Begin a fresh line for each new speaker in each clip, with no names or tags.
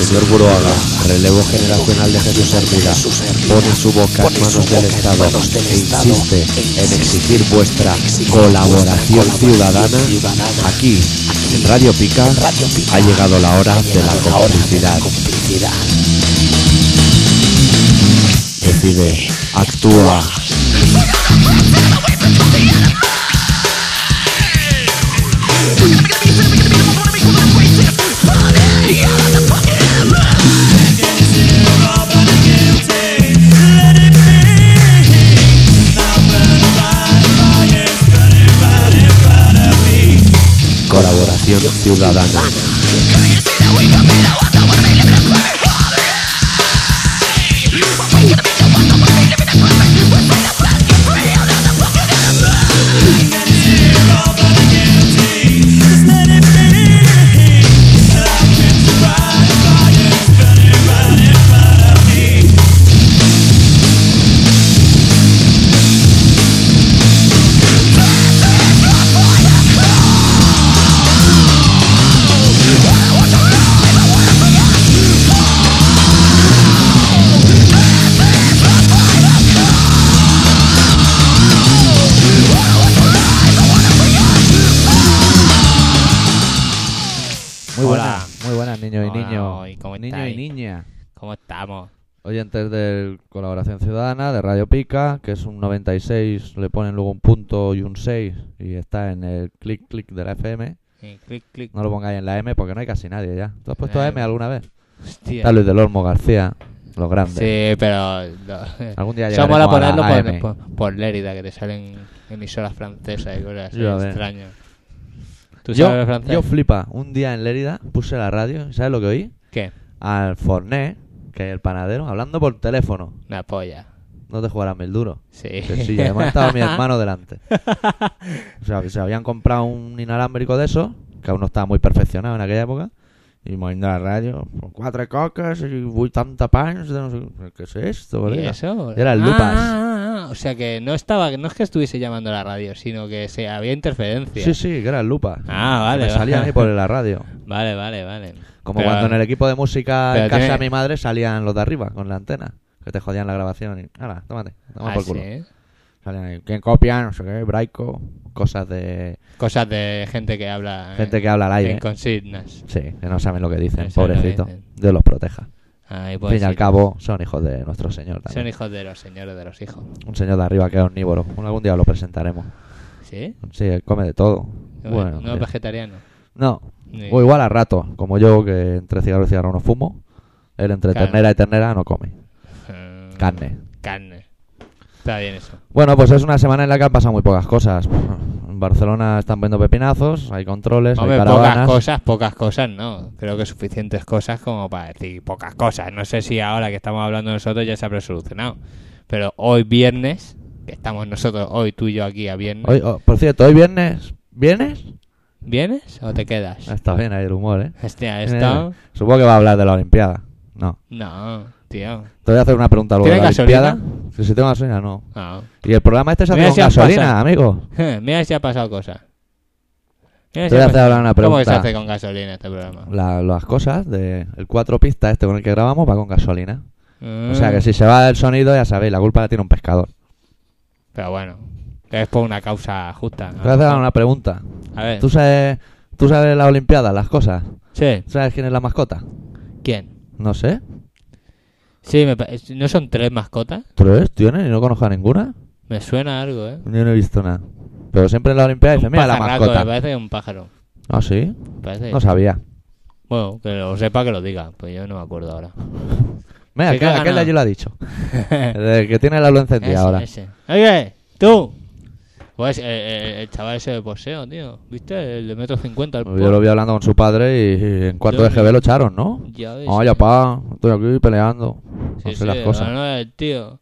el señor Buruaga, relevo generacional de Jesús Hermida, pone su boca en manos del Estado e insiste en exigir vuestra colaboración ciudadana, aquí, en Radio Pica, ha llegado la hora de la complicidad. Decide, actúa. Colaboración ciudadana.
Muy
Hola.
buenas, muy buenas, niños y
Hola,
niños.
hoy, ¿cómo
Niños y
estáis?
niña.
¿Cómo estamos?
Oyentes de Colaboración Ciudadana, de Radio Pica, que es un 96, le ponen luego un punto y un 6 y está en el clic clic de la FM.
Eh, clic, clic.
No lo pongáis en la M porque no hay casi nadie ya. ¿Tú has puesto
Eh,
M alguna vez?
Hostia.
Está Luis del Olmo García, los grandes.
Sí, pero. no.
Algún día
Eso
llegaremos
mola
a
ponerlo
la AM.
por, por, por Lérida, que te salen emisoras francesas y cosas así
Ya ves.
extrañas. ¿Tú sabes
yo,
francés?
yo flipa. Un día en Lérida puse la radio y ¿sabes lo que oí?
¿Qué?
Al Forné, que es el panadero, hablando por teléfono.
Una polla.
No te jugarás mil duros.
Sí.
Que Pues sí, además estaba mi hermano delante. O sea, que se habían comprado un inalámbrico de eso, que aún no estaba muy perfeccionado en aquella época, y moviendo la radio, con cuatro cocas y voy tanta pan, no sé qué. ¿qué es esto,
¿Y
colega?
eso?
Era el
Ah,
Lupas.
ah, ah, O sea que no estaba, no es que estuviese llamando a la radio, sino que se había interferencia.
Sí, sí, que era el lupa.
Ah, vale,
Que me salían
vale.
ahí por la radio.
Vale, vale, vale.
Como
Pero-
cuando en el equipo de música en
pero
casa
tiene-
de mi madre salían los de arriba con la antena, que te jodían la grabación y. ¡Hala, tómate! Toma
Ah,
por culo.
sí.
Salían ahí, ¿Quién copia? No sé qué, Braico, cosas de
Cosas de gente que habla. eh,
gente que habla al aire.
En consignas.
Sí, que no saben lo que dicen,
No saben lo que
pobrecito.
dicen.
Dios los proteja.
Ay,
Al
pues
fin y al
sí.
cabo, son hijos de nuestro Señor también.
Son hijos de los señores de los hijos.
Un señor de arriba que es omnívoro. Un- Algún día lo presentaremos.
¿Sí?
Sí, él come de todo.
No,
bueno,
no
sí.
es vegetariano.
no.
Ni-
O igual a rato, como yo que entre cigarro y cigarro no fumo. Él entre
Claro.
ternera y ternera no come.
Ah,
Carne.
Carne. Está bien eso.
Bueno, pues es una semana en la que han pasado muy pocas cosas. En Barcelona están viendo pepinazos, hay controles,
Hombre,
hay
pocas
caravanas.
cosas, pocas cosas, no. Creo que suficientes cosas como para decir pocas cosas. No sé si ahora que estamos hablando nosotros ya se habrá solucionado. Pero hoy viernes, que estamos nosotros hoy tú y yo aquí a viernes.
Hoy- oh, por cierto, hoy viernes. ¿Vienes?
¿Vienes o te quedas?
Está bien ahí el humor, Ah. ¿eh?
Hostia, esto.
Eh, Supongo que va a hablar de la Olimpiada. No.
No, tío.
Te voy a hacer una pregunta luego de la
¿Tienes gasolina?
Olimpiada. Si, si tengo gasolina, no.
No.
Y el programa este se hace
Mira
con
si has
gasolina,
pasado.
amigo.
Mira si ha pasado cosas. Mira
Te voy
ha
a hacer
pasado-
ahora una
¿Cómo que se
pregunta.
hace con gasolina este programa?
La- las cosas del el cuatro pistas este con el que grabamos va con gasolina.
Mm,
O sea que si se va el sonido, ya sabéis, la culpa la tiene un pescador.
Pero bueno, que es por una causa justa.
Te voy a hacer ahora una pregunta.
A ver.
¿Tú sabes, ¿Tú sabes la Olimpiada, las cosas?
Sí.
¿Sabes quién es la mascota?
¿Quién?
No sé.
Sí, me pa- ¿no son tres mascotas?
¿Tres tienen y no conozco a ninguna?
Me suena algo, ¿eh?
Yo no he visto nada. Pero siempre en la Olimpiada dicen,
Un
mira la
pajarraco, Me
mascota.
parece un pájaro.
¿Ah, sí?
me parece.
No sabía.
Bueno, que lo sepa que lo diga. Pues yo no me acuerdo ahora.
Mira,
Sí que
aquel,
ha
aquel de
ganado.
allí lo ha dicho. El que tiene la luz encendida
Ese,
ahora.
ese. Oye, tú. Pues eh, eh, el chaval ese de poseo, tío. ¿Viste? El de metro cincuenta. el
Yo lo vi hablando con su padre y, y en cuarto de GB lo echaron, ¿no?
Ya ves.
Oye, pa, estoy aquí peleando. No
Sí,
sé
sí,
las cosas.
ganó el tío.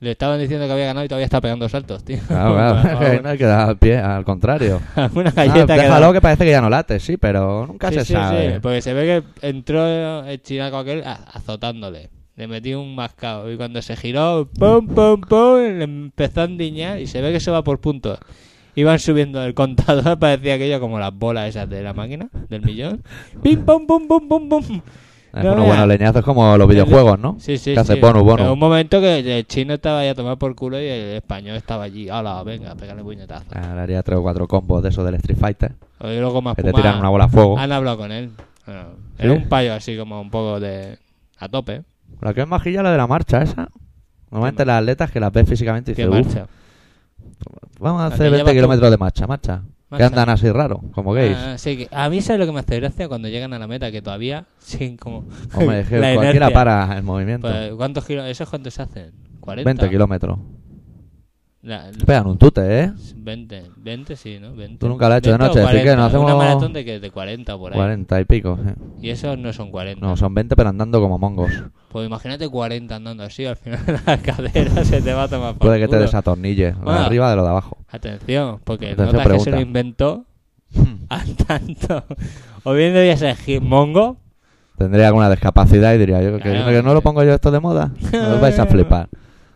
Le estaban diciendo que había ganado y todavía está pegando saltos, tío.
Claro, claro, Ah, que no hay que dar pie, al contrario.
Alguna
Ah,
galleta que
déjalo
da.
que parece que ya no late, sí, pero nunca
Sí,
se
sí,
sabe.
sí, porque se ve que entró el chinaco aquel a- azotándole. Le metió un mascado y cuando se giró, pum, pum, pum, le empezó a endiñar y se ve que eso va por puntos. Iban subiendo el contador, parecía aquello como las bolas esas de la máquina, del millón. Pim, pum, pum, pum, pum, pum.
Es
No,
unos
vea.
buenos leñazos como los videojuegos, ¿no?
Sí, sí,
Que hace
sí.
bonus, bonus.
En un momento que el chino estaba ya a tomar por culo y el español estaba allí. Hola, venga, pégale puñetazo.
Ahora haría tres o cuatro combos de esos del Street Fighter.
O y luego más
Que te
Puma,
tiran una bola a fuego.
Han hablado con él. Bueno,
¿Sí?
Era un payo así como un poco de... A tope.
La que es majilla es la de la marcha esa. Normalmente las atletas que las ves físicamente y
¿Qué
dices, "Uf,
marcha?
vamos a
La que
hacer 20
llevas tú.
kilómetros de marcha, marcha. Que
Marcha.
andan así raro, como gays.
Ah, sí, que a mí sabes lo que me hace gracia cuando llegan a la meta, que todavía siguen como...
Hombre, es que
la
cualquiera
inercia.
para el movimiento.
Pues, ¿Cuántos kilos? ¿Esos cuántos hacen? ¿40?
20 kilómetros.
La-
Pegan un tute, ¿eh?
20, 20 sí, ¿no? 20.
Tú nunca la has hecho de
20 o
noche, así que nos
40.
hacemos-
Una maratón de, que, de 40 por ahí.
40 y pico. eh.
Y esos no son 40.
No, son 20 pero andando como mongos.
Pues imagínate 40 andando así, al final la cadera se te va a tomar por
Puede que te
culo.
desatornille. Lo de
Bueno.
arriba de lo de abajo.
Atención, porque
Atención,
notas que se
pregunta.
lo inventó al tanto. O bien debía ser gi- mongo.
Tendría alguna discapacidad y diría yo que,
Claro,
que no
hombre.
lo pongo yo esto de moda. Os vais a flipar.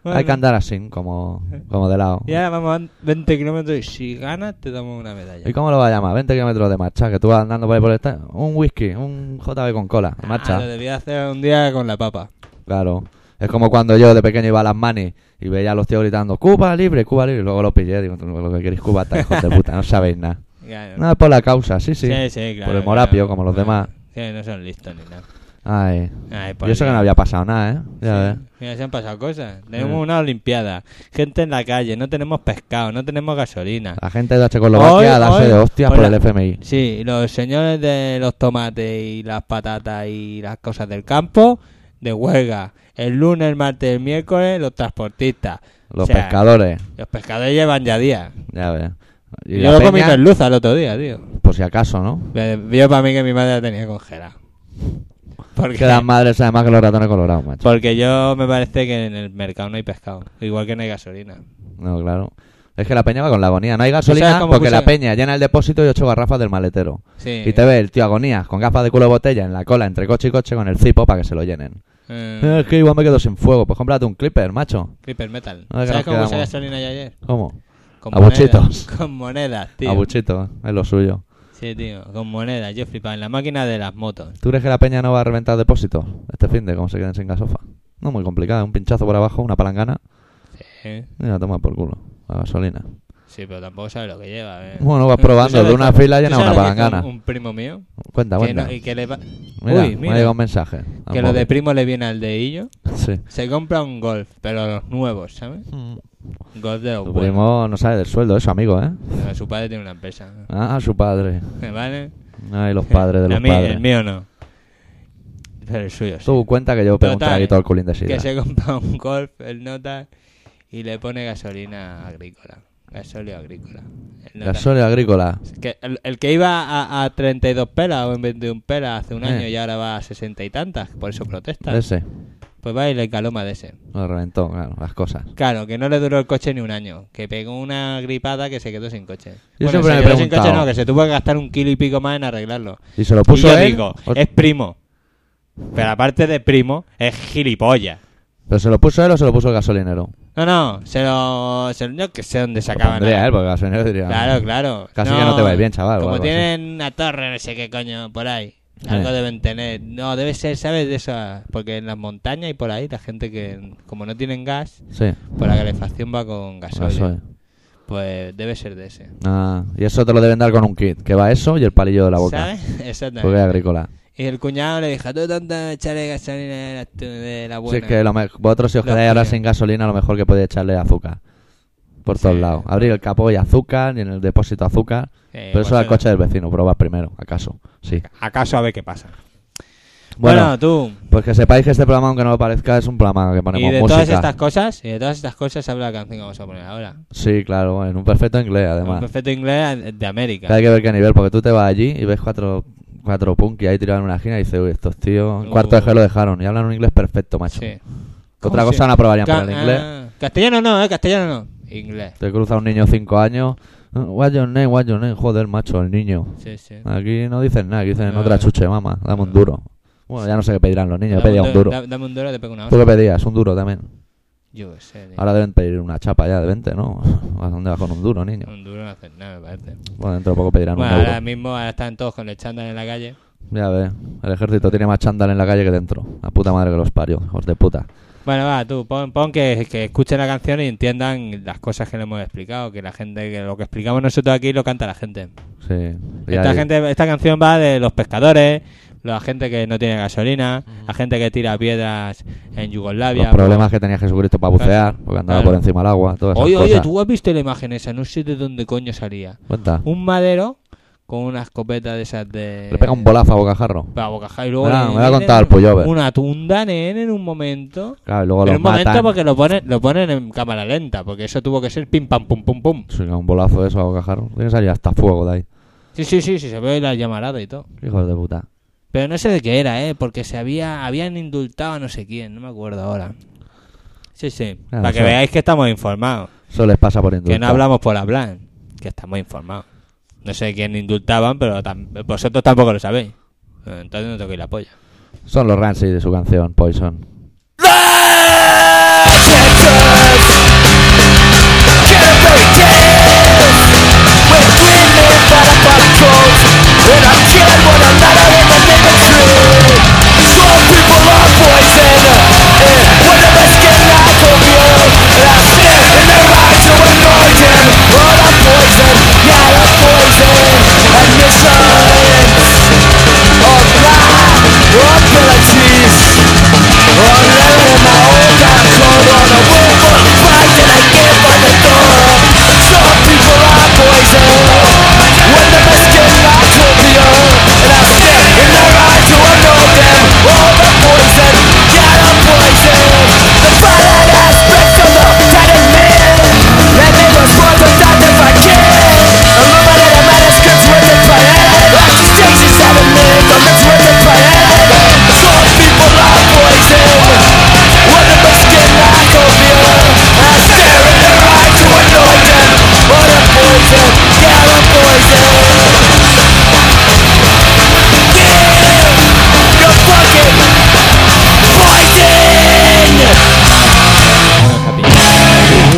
Hay que
Bueno,
andar así, como, como de lado.
Y ahora vamos a 20 kilómetros y si ganas te damos una medalla.
¿Y cómo lo va a llamar? 20 kilómetros de marcha, que tú vas andando por ahí por el estadio. Un whisky, un JB con cola, de
Ah, lo
marcha.
debía hacer un día con la papa.
Claro. Es como cuando yo de pequeño iba a las manis y veía a los tíos gritando Cuba libre, Cuba libre. Y luego lo pillé, digo, lo que queréis Cuba, está hijos de puta, no sabéis nada.
Claro.
No, es por la causa, sí, sí.
Sí, sí, claro,
por el
claro.
morapio, como los demás.
Sí, no son listos ni nada.
Ay.
Ay,
Y eso que no había pasado nada, ¿eh?
Sí.
Ya ves.
Mira, se han pasado cosas. Tenemos
Eh.
una olimpiada, gente en la calle, no tenemos pescado, no tenemos gasolina.
La gente de Checoslovaquia
Hoy-
a darse
hoy-
de hostias
hoy
por
la-
el FMI.
Sí, y los señores de los tomates y las patatas y las cosas del campo, de huelga. El lunes, el martes, el miércoles, los transportistas.
Los
O sea,
pescadores,
Los pescadores llevan ya días.
ya ves. Y
Yo
la
lo comí
peña,
con luz el otro día, tío.
por si acaso, ¿no?
Me vio para mí que mi madre la tenía congelada.
Que
Porque,
las madres además que los ratones colorados, macho.
porque yo me parece que en el mercado no hay pescado. Igual que no hay gasolina.
No, claro. Es que la peña va con la agonía. No hay gasolina
sabes cómo
porque
puse-
la peña llena el depósito y ocho garrafas del maletero.
Sí.
Y te ve el tío agonía con gafas de culo de botella en la cola entre coche y coche con el cipo para que se lo llenen.
Eh,
Es que igual me quedo sin fuego. Pues cómprate un clipper, macho.
Clipper Metal.
Ah, que nos
¿Sabes cómo
quedamos.
puse gasolina yo ayer?
¿Cómo?
Con
A bochitos.
monedas. Con monedas, tío.
Abuchito, es lo suyo.
Sí, tío, con monedas, yo flipaba en la máquina de las motos.
¿Tú crees que la peña no va a reventar depósitos este fin de cómo se queden sin gasofa? No, muy complicado. Un pinchazo por abajo, una palangana
Sí,
y la toma por culo. La gasolina.
¿Eh? sí, pero tampoco sabes lo que lleva. ¿eh?
Bueno, vas
¿Tú
probando,
sabes
de una
lo que-
fila
tú
llena
sabes
una
lo que hizo
palangana.
Un, un primo mío
Cuenta,
que,
cuenta.
no- y que le va-
Mira,
Uy,
me ha llegado
mira,
un mensaje. al
que lo de
móvil.
primo le viene al de Illo.
Sí.
Se compra un golf, pero los nuevos, ¿sabes? Golf de los
Tu
buenos.
primo no sabe del sueldo, eso, amigo, ¿eh?
No, Su padre tiene una empresa. ¿eh?
Ah, su padre.
¿Vale?
Ay, los padres de
A
los
mí,
padres.
El mío no. Pero el suyo sí.
Tú cuenta que yo pego un
Total,
traguito al culín de sidra.
que se compra un golf, el nota, y le pone gasolina agrícola. Gasóleo agrícola. El nota.
Gasóleo agrícola.
Que el, el que iba a, a 32 pelas o en 21 pelas hace un
Eh.
año y ahora va a 60 y tantas, por eso protesta.
Ese.
Pues va y le caloma de ese.
Lo reventó, claro, las cosas.
Claro, que no le duró el coche ni un año, que pegó una gripada que se quedó sin coche.
Yo
Bueno,
siempre
se
me he
quedó sin
preguntado.
coche no, que se tuvo que gastar un kilo y pico más en arreglarlo.
Y se lo
Y
puso
yo
él.
digo,
o-
es primo. Pero aparte de primo, es gilipollas.
¿Pero se lo puso él o se lo puso el gasolinero?
No, no, se lo. Se, yo que sé dónde
Lo
sacaban.
Pues pondría
a-
él, porque el gasolinero diría.
Claro, claro.
Casi que no te va a ir bien, chaval, o
Como
algo
tienen una torre, no sé qué coño, por ahí. Algo
Eh.
deben tener. No, debe ser, ¿sabes? De esas. Porque en las montañas y por ahí, la gente que. Como no tienen gas,
Sí.
por la calefacción va con gasolina.
gasoil.
Pues debe ser de ese.
Ah, y eso te lo deben dar con un kit, que va eso y el palillo de la boca.
¿Sabes? Ah, Exactamente.
Porque es agrícola.
Y el cuñado le dijo: Tú tonta, echarle gasolina de la, tu- de la
Si
buena.
es que lo me- vosotros si os
Lo
quedáis ahora
pillo.
sin gasolina, lo mejor que podéis echarle es azúcar. Por
Sí.
todos lados. Abrir el capó y azúcar, y en el depósito azúcar. Pero
Eh,
eso es
pues,
al coche del vecino, probas primero, acaso. Sí.
¿Acaso a ver qué pasa?
Bueno,
bueno tú.
pues que sepáis que este programa, aunque no lo parezca, es un programa que
Y
ponemos
de
música.
todas estas cosas, y de todas estas cosas se habla la canción que vamos a poner ahora.
Sí, claro, en un perfecto inglés,
Un
además.
perfecto inglés de
Que
América.
hay que ver qué nivel, porque tú te vas allí y ves cuatro, cuatro punk y ahí tiraban una gina y dices, uy, estos tíos, en
Uh.
cuarto de G lo dejaron y hablan un inglés perfecto, macho.
Sí.
Otra
¿Cómo
cosa
se-
no aprobarían,
Ca-
pero el inglés.
ah, castellano no, eh, castellano no. Inglés.
Te cruza un niño de cinco años, what's your name, what's your name, joder, macho, el niño.
Sí, sí.
Aquí no dicen nada, aquí dicen
No.
otra chuche, mamá, dame un duro. Bueno, ya no sé qué pedirán los niños, yo pedía un duro.
da- dame un duro, te pego una
¿Tú
hostia.
qué pedías? Un duro también.
Yo qué sé. tío.
Ahora deben pedir una chapa ya de 20, ¿no? ¿A dónde vas con un duro, niño?
Un duro no hacen nada, me parece.
Bueno, dentro de poco pedirán
Mm. Bueno,
un euro.
ahora mismo ahora están todos con el chándal en la calle.
Ya ve, el ejército tiene más chándal en la calle que dentro. La puta madre que los parió, hijos de puta.
Bueno, va, tú, pon, pon que, que escuchen la canción y entiendan las cosas que le hemos explicado, que la gente, que lo que explicamos nosotros aquí lo canta la gente.
Sí. ya
Esta,
hay-
gente, esta canción va de los pescadores, la gente que no tiene gasolina, la gente que tira piedras en Yugoslavia.
Los problemas que tenía Jesucristo para bucear, porque andaba
Claro.
por encima del agua, todas esas
Oye,
Pues cosas.
oye, tú has visto la imagen esa, no sé de dónde coño salía.
Cuenta.
Un madero con una escopeta de esas de...
Le pega un bolazo a Bocajarro.
para bocaja y luego
Me la-
le-
me la ha
le-
contado el Pullover.
Una tunda nene, en un momento.
Claro, y luego
Pero
los
un momento
matan.
porque lo ponen, lo ponen en cámara lenta, porque eso tuvo que ser pim pam pum pum pum.
Sí, un bolazo de eso a Bocajarro. Tiene que salir hasta fuego de ahí.
Sí, sí, sí, sí, se ve la llamarada y todo.
Hijos de puta.
Pero no sé de qué era, ¿eh? Porque se había habían indultado a no sé quién, no me acuerdo ahora. Sí, sí.
Ah,
Para que
sí.
veáis que estamos informados.
Eso les pasa por indultar.
Que no hablamos por hablar. Que estamos informados. No sé quién indultaban, pero tam- vosotros tampoco lo sabéis. Entonces no toquéis la polla.
Son los Rancy de su canción Poison.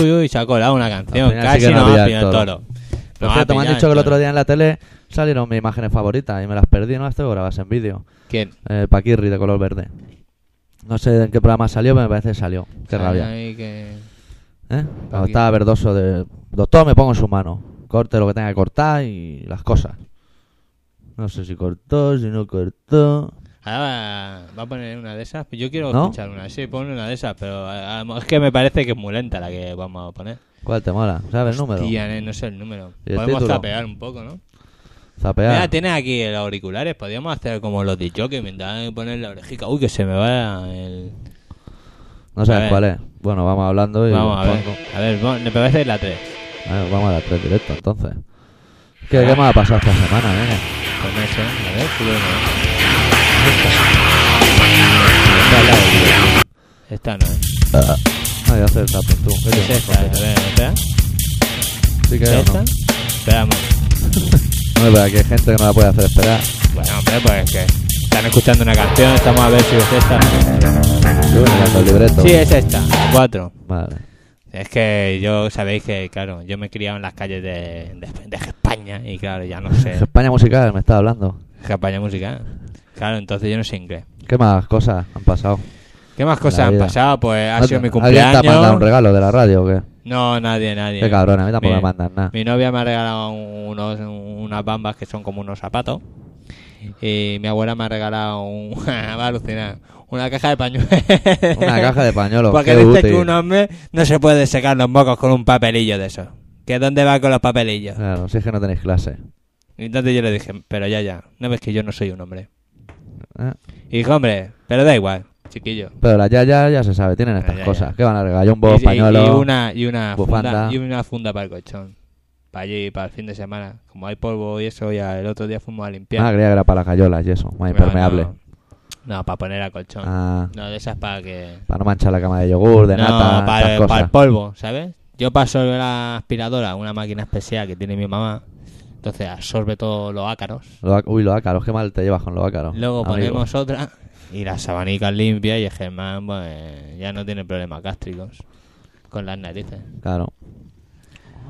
Uy, uy, se ha colado una canción.
Al final sí
Casi
que
no
nos
ha
ha
pillado el
pillado el
toro.
Por
Nos ha
cierto, me
pillado eh.
han dicho que el
toro.
otro día en la tele salieron mis imágenes favoritas y me las perdí, ¿no? Las tengo grabadas en vídeo.
¿Quién?
Eh, Paquirri de color verde. No sé en qué programa salió, pero me parece que salió. Qué
Ay,
rabia.
ay, que-
¿Eh? Cuando
Paquirri.
estaba verdoso de... Doctor, me pongo en su mano. Corte lo que tenga que cortar y las cosas. No sé si cortó, si no cortó.
Ahora va a poner una de esas. Yo quiero
¿No?
escuchar una. Sí, pon una de esas, pero a- a- es que me parece que es muy lenta la que vamos a poner.
¿Cuál te mola? ¿Sabes el número?
Tía, ne- no sé el número.
¿Y el
Podemos
título?
zapear un poco, ¿no?
Zapear.
Mira, tienes aquí los auriculares. Podríamos hacer como los de que mientras poner la orejica. Uy, que se me va el.
No
A ver.
sabes cuál es. Bueno, vamos hablando y...
Vamos a ver.
pongo.
A ver, va- me parece la 3.
A ver, vamos a las tres directas, entonces. ¿Qué, ¿Qué más ha pasado esta semana, nene?
Con eso, a ver, sube, ¿no? Esta no es.
Ah, ya hace el tapo, tú. ¿Qué
Es
tienes?
esta, eh, a ver, espera.
Sí que
¿Esta?
no.
Esperamos.
No, pero aquí hay gente que no la puede hacer esperar.
Bueno, hombre, pues es que están escuchando una canción, estamos a ver si es esta.
Yo voy mirando el libreto.
Sí, es esta, la 4.
Vale.
Es que yo sabéis que, claro, yo me he criado en las calles de, de- de España y, claro, ya no sé.
España musical, me está hablando.
España musical. ¿eh? Claro, entonces yo no sé inglés.
¿Qué más cosas han pasado?
¿Qué más
La
cosas han
vida.
pasado? Pues ha
¿No-
sido mi
¿Alguien te ha mandado un
cumpleaños.
regalo de la radio o qué?
No, nadie, nadie.
Qué cabrón, a mí tampoco
Mi-
me mandan nada.
Mi novia me ha regalado unos, unas bambas que son como unos zapatos. Y mi abuela me ha regalado un, va a alucinar, una caja de pañuelos.
Una caja de pañuelos,
Porque
qué
dice
útil.
que un hombre no se puede secar los mocos con un papelillo de eso. ¿Que dónde va con los papelillos?
Claro, si es que no tenéis clase.
Y Entonces yo le dije, pero ya, ya, no ves que yo no soy un hombre.
¿eh?
Y dijo, hombre, pero da igual, chiquillo.
Pero las ya ya ya se sabe, tienen estas
ya, ya.
cosas. ¿Qué van a regalar? Un
y,
bobo
y- y
pañuelo.
una, y una funda,
bufanda.
y una funda para el colchón. Para allí, para el fin de semana. Como hay polvo y eso, ya el otro día fuimos a limpiar.
Ah, creía que era para las gallolas y eso, más
No,
impermeable.
No, No, para poner a colchón.
Ah,
No, de esas para que.
para no manchar la cama de yogur, de
no,
nata,
para,
estas
para
cosas.
el polvo, ¿sabes? Yo paso la aspiradora, una máquina especial que tiene mi mamá. Entonces absorbe todos los ácaros.
Los á- uy, los ácaros, qué mal te llevas con los ácaros.
Luego
amigo.
ponemos otra y las sabanicas limpias y el Germán pues, ya no tiene problemas gástricos con las narices.
Claro.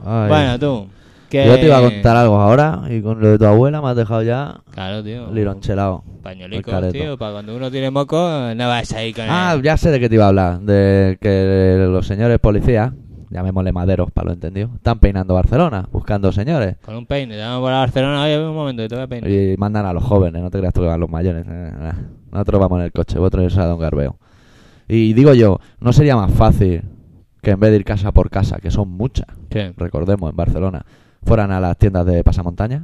Ay.
Bueno, tú, Que...
Yo te iba a contar algo ahora y con lo de tu abuela me has dejado ya
Claro, tío.
lironchelado.
Pañolico,
el careto.
tío. Para cuando uno tiene moco, no vas ahí con
Ah,
el-
ya sé de qué te iba a hablar. De que los señores policías, llamémosle maderos para lo entendido, están peinando Barcelona, buscando señores.
Con un peine. Te vamos por la Barcelona. Oye, un momento, que te voy a peinar.
Y mandan a los jóvenes, no te creas tú que van los mayores. eh, nah. Nosotros vamos en el coche, vosotros es a Don Garbeo. Y digo yo, ¿no sería más fácil que en vez de ir casa por casa, que son muchas,
Sí.
recordemos, en Barcelona, fueran a las tiendas de pasamontañas?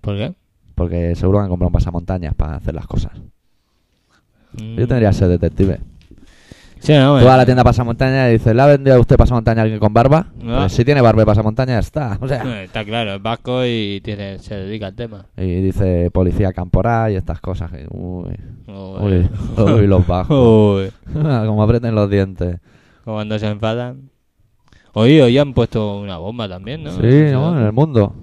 ¿Por qué?
Porque seguro que han comprado un pasamontañas para hacer las cosas. Yo
Mm.
tendría que ser detective.
Sí, no,
Tú vas
bueno.
a la tienda pasamontaña y dices, ¿la ha vendido usted pasamontaña a alguien con barba?
No.
Pues si tiene barba y pasamontaña, está. O sea,
Eh, Está claro, es vasco y tiene, se dedica al tema.
y dice policía camporal y estas cosas. que, uy,
Uy,
uy, uy, los bajos.
Uy.
Como aprieten los dientes.
Como Cuando se enfadan. Oye, hoy han puesto una bomba también, ¿no?
sí, no, en el mundo.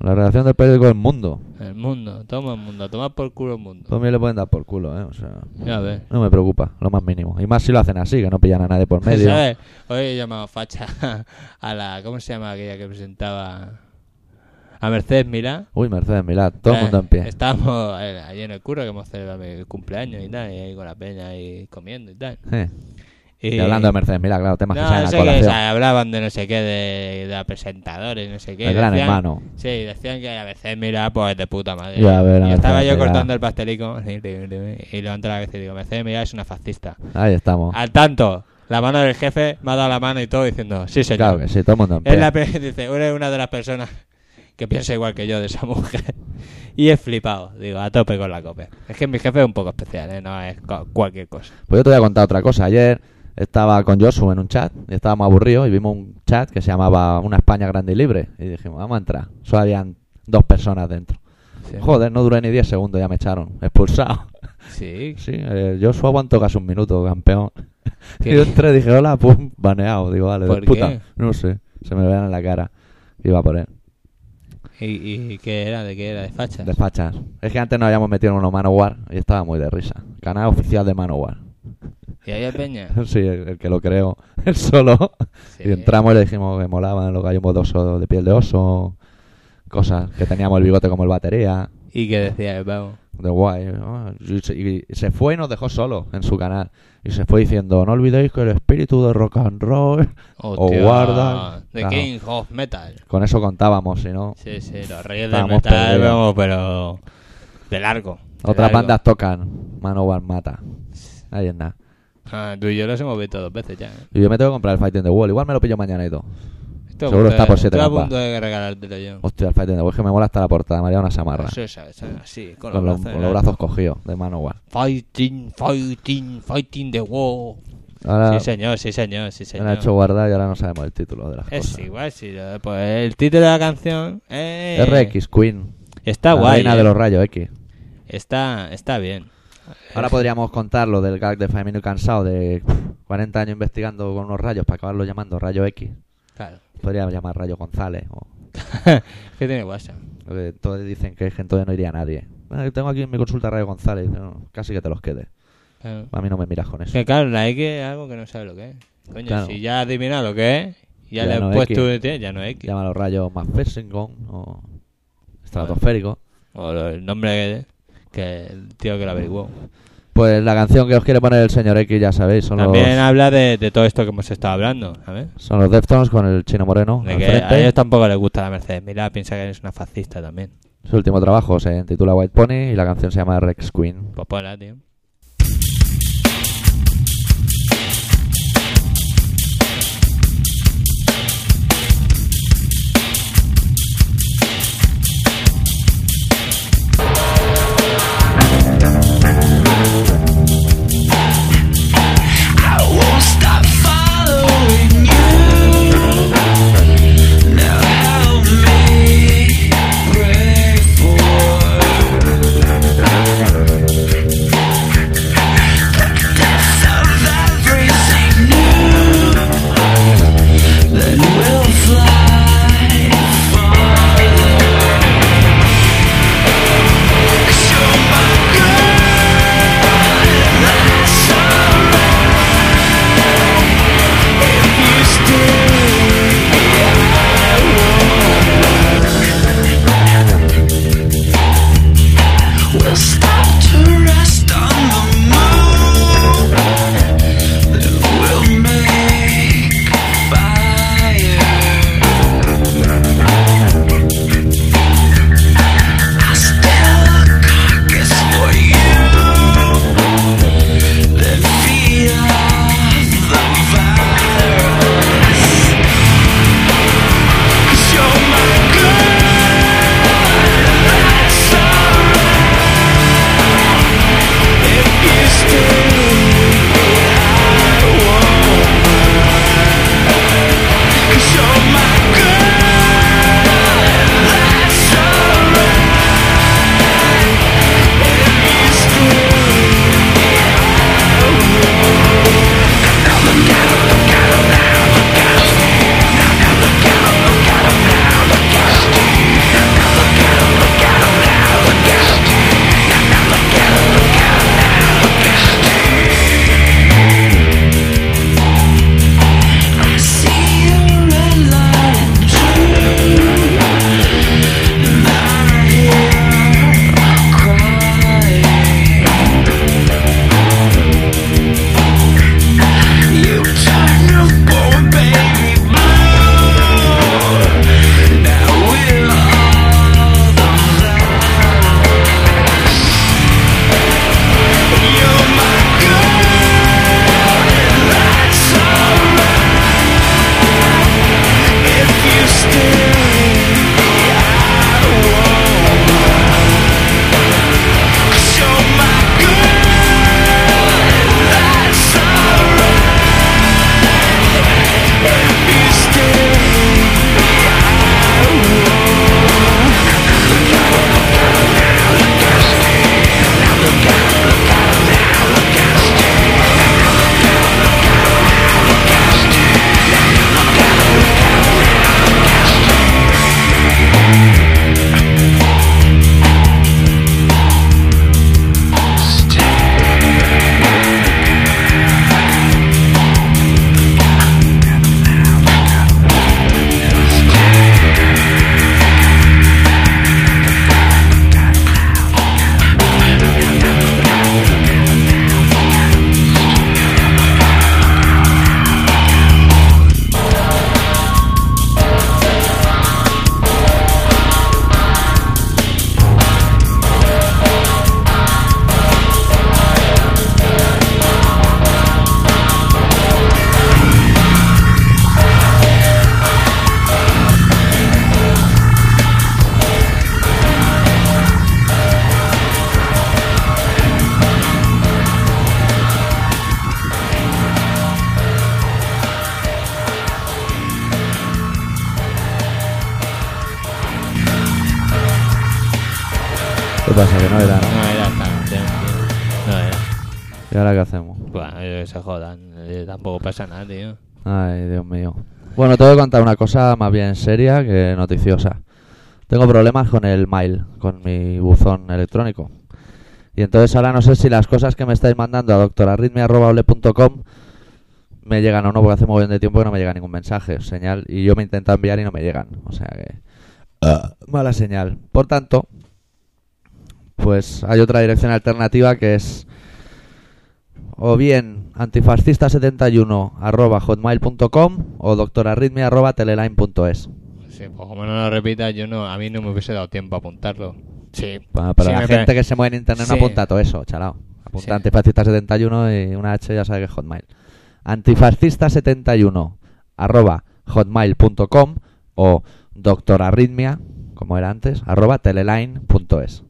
La redacción del periódico El Mundo.
El mundo, toma el mundo, toma por culo el mundo.
También le pueden dar por culo, ¿eh? O sea,
Ya ves.
no me preocupa, lo más mínimo. Y más si lo hacen así, que no pillan a nadie por medio.
¿Sabes? Hoy he llamado facha a la. ¿Cómo se llama aquella que presentaba? A Mercedes Milá.
Uy, Mercedes Milad, todo el
Eh,
mundo en pie.
Estábamos eh, allí en el curro que hemos celebrado mi cumpleaños y tal, y ahí con la peña y comiendo y tal.
Eh, Y hablando de Mercedes Milad, claro, temas que
No,
salen
no
a
sé qué, o
colación.
sea, hablaban de no sé qué, de, de presentadores, no sé qué.
El gran
decían-
hermano.
Sí, decían que a veces mira, pues de puta madre.
Ya, a ver, a
y estaba
Mercedes
yo
Milá.
cortando el pastelico y levanto la cabeza y digo, Mercedes mira, es una fascista.
Ahí estamos.
Al tanto, la mano del jefe me ha dado la mano y todo diciendo, sí señor.
Claro que sí, todo el mundo en
Es
pie.
la pe- dice, eres una de las personas que piensa igual que yo de esa mujer. Y he flipado, digo, a tope con la copa. Es que mi jefe es un poco especial, ¿eh? no es co- cualquier cosa.
Pues yo te voy a contar otra cosa. Ayer estaba con Josu en un chat y estábamos aburridos y vimos un chat que se llamaba Una España Grande y Libre. Y dijimos, vamos a entrar. Solo habían dos personas dentro.
Sí.
Joder, no duré ni 10 segundos, ya me echaron. Expulsado.
Sí,
Sí, eh, Josu aguantó casi un minuto, campeón.
¿Qué?
Y yo entré, dije, hola, pum, baneado. Digo, vale, de
¿Por
puta.
qué?
No sé, se me vean en la cara. Iba por él.
¿Y, y qué era? ¿De qué era? ¿De facha?
Despachas. Es que antes nos habíamos metido en uno Manowar y estaba muy de risa. Canal oficial de Manowar.
¿Y había peña?
Sí, el, el que lo creó. Él solo.
Sí.
Y entramos y le dijimos que molaban los gallos de oso, de piel de oso, cosas, que teníamos el bigote como el batería,
¿Y qué decía el pavo?
de guay. ¿no? Y, se- y se fue y nos dejó solo en su canal. Y se fue diciendo, no olvidéis que el espíritu de rock and roll...
Hostia,
guarda.
The
Claro.
King of Metal.
Con eso contábamos, si no...
Sí, sí, los reyes del
Estábamos
metal,
perdidos.
vamos, pero... De largo. de
Otras
largo.
bandas tocan, Manowar mata. Ahí es nada.
Ah, tú y yo los hemos visto dos veces ya. ¿eh?
Y yo me tengo que comprar el Fighting the Wall, igual me lo pillo mañana y todo.
Estoy a
Seguro está
punto de-
por siete
Estoy a
gambas.
punto de regalártelo yo.
Hostia, el Fighting the Wall, es que me mola hasta la portada, María una samarra.
Eso, eso, eso, así, con,
Con los,
brazos
con
eh. en
los
alto.
brazos cogidos de Manowar.
Fighting, fighting, fighting the war.
Ahora
Sí, señor, sí, señor, sí,
me la he
señor.
hecho guardar y ahora no sabemos el título de las
Es
cosas.
igual, sí, lo- pues el título de la canción... Eh,
RX Queen.
Está
la
guay.
Reina
eh.
de los rayos X.
Está, está bien.
Ahora
Es-
podríamos contar lo del gag de Faemino Cansado de 40 años investigando con unos rayos para acabarlo llamando Rayo X.
Claro.
Podría llamar Rayo González. O,
¿Qué tiene WhatsApp?
lo que todos dicen que es que entonces no iría nadie. Ah, tengo aquí en mi consulta Rayo González. Dice, "No, casi que te los quedes.
Claro.
A mí no me miras con eso.
Eh, Que claro, la X es algo que no sabe lo que es. Coño,
Claro.
si ya has adivinado lo que es, ya,
Ya
le has
no es
puesto.
X.
tiene- Ya no es X.
Llámalo Rayo más o estratosférico.
O lo- el nombre que, que el tío que lo averiguó.
Pues la canción que os quiere poner el señor X, ya sabéis, son los,
También habla de, de todo esto que hemos estado hablando, ¿sabes?
son los Deftones con el chino moreno.
De
al
que
frente.
a ellos tampoco les gusta la Mercedes. Mira, piensa que eres una fascista también.
Su último trabajo se titula White Pony y la canción se llama Rex Queen.
Pues ponla, tío.
I won't stop following you. Now help me pray for
pasa? Que no era, ¿no?
No era tan. No era.
¿Y ahora qué hacemos?
Bueno, eh, se jodan. eh, Tampoco pasa nada, tío.
Ay, Dios mío. Bueno, te voy a contar una cosa más bien seria que noticiosa. Tengo problemas con el mail, con mi buzón electrónico. Y entonces ahora no sé si las cosas que me estáis mandando a doctorarritmia.com me llegan o no, porque hace muy bien de tiempo que no me llega ningún mensaje, señal, y yo me intento enviar y no me llegan. O sea que... ah, mala señal. Por tanto, pues hay otra dirección alternativa que es o bien antifascista71 arroba hotmail.com o doctorarritmia arroba teleline.es.
Sí, pues como no lo repitas, yo no, a mí no me hubiese dado tiempo a apuntarlo. Sí.
Pa- Para
Sí,
la
me
gente
pare-
que se mueve en internet
Sí.
no apunta todo eso, chalao. Apunta
Sí.
antifascista71 y una H ya sabe que es hotmail. Antifascista71 arroba hotmail.com o doctorarritmia, como era antes, arroba teleline.es.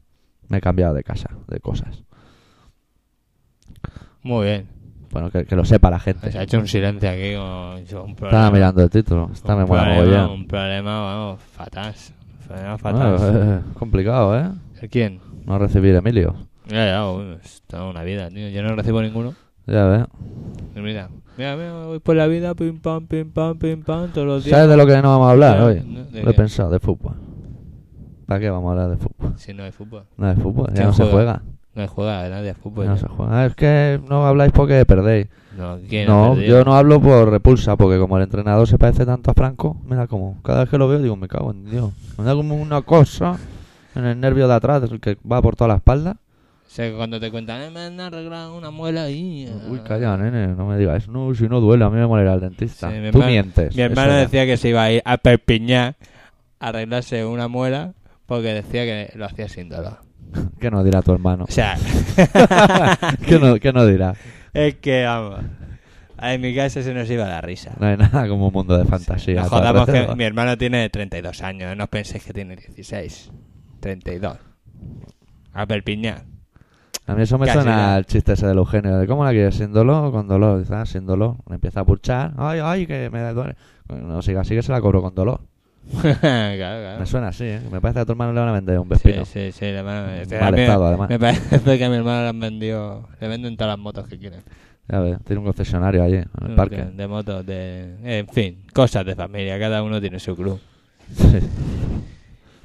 Me he cambiado de casa, de cosas.
Muy bien.
Bueno, que, que lo sepa la gente.
Se ha hecho un silencio aquí con un
Estaba
problema.
mirando el título, está me
un
mola
problema,
mogollón.
un problema, vamos, fatal. Un problema fatal.
Bueno, es complicado, ¿eh?
¿El ¿Quién?
No recibir Emilio.
Ya, ya, bueno, es toda una vida, tío. Yo no recibo ninguno.
Ya ¿eh? ves.
Y Mira, mira, mira, voy por la vida, pim pam, pim pam, pim pam, todos los días.
¿Sabes de lo que no vamos a hablar
Ya,
hoy?
no, ¿de
Lo he
qué?
pensado, de fútbol. ¿Para qué vamos a hablar de fútbol?
Si no hay fútbol.
No de fútbol, ya
¿Quién
no se
juega?
juega.
No hay juega a nadie a fútbol.
Ya no
ya.
se juega. Ah, Es que no habláis porque perdéis.
No, ¿quién ha
No,
perdido?
yo no hablo por repulsa, porque como el entrenador se parece tanto a Franco, mira como cada vez que lo veo digo, me cago en Dios. Me da como una cosa en el nervio de atrás, el que va por toda la espalda.
Sé que cuando te cuentan, "Eh, me han arreglado una muela ah". y...
Uy, calla, nene, no me digas. No, si no duele, a mí me molera el dentista.
Sí, mi
Tú
hermano-
mientes.
Mi
eso
hermano
era.
decía que se iba a ir a Perpiñán a arreglarse una muela porque decía que lo hacía sin dolor.
¿Qué no dirá tu hermano?
O sea,
¿Qué, no, ¿Qué no dirá?
es que vamos. En mi casa se nos iba la risa.
No hay nada como un mundo de fantasía.
Nos jodamos
Tal vez,
que
¿no?
mi hermano tiene 32 años, no penséis que tiene 16. 32. A Perpiñán.
A mí eso me
Casi
suena
nada.
al chiste ese del Eugenio. De, ¿Cómo la quieres? ¿Sin dolor o con dolor? Dice, ah, sin dolor. Me empieza a pulchar. Ay, ay, que me duele. No siga así que se la cobro con dolor.
claro, claro.
Me suena así, ¿eh? Me parece que a tu hermano le van a vender un
Sí,
vespino.
sí, sí, el hermano.
Mal
a mí me-
estado, además.
Me parece que a mi hermano le han vendido. Le venden todas las motos que quieren.
Ya ves, tiene un concesionario allí, en el
De,
parque.
de motos, de. En fin, cosas de familia. Cada uno tiene su club.
Sí.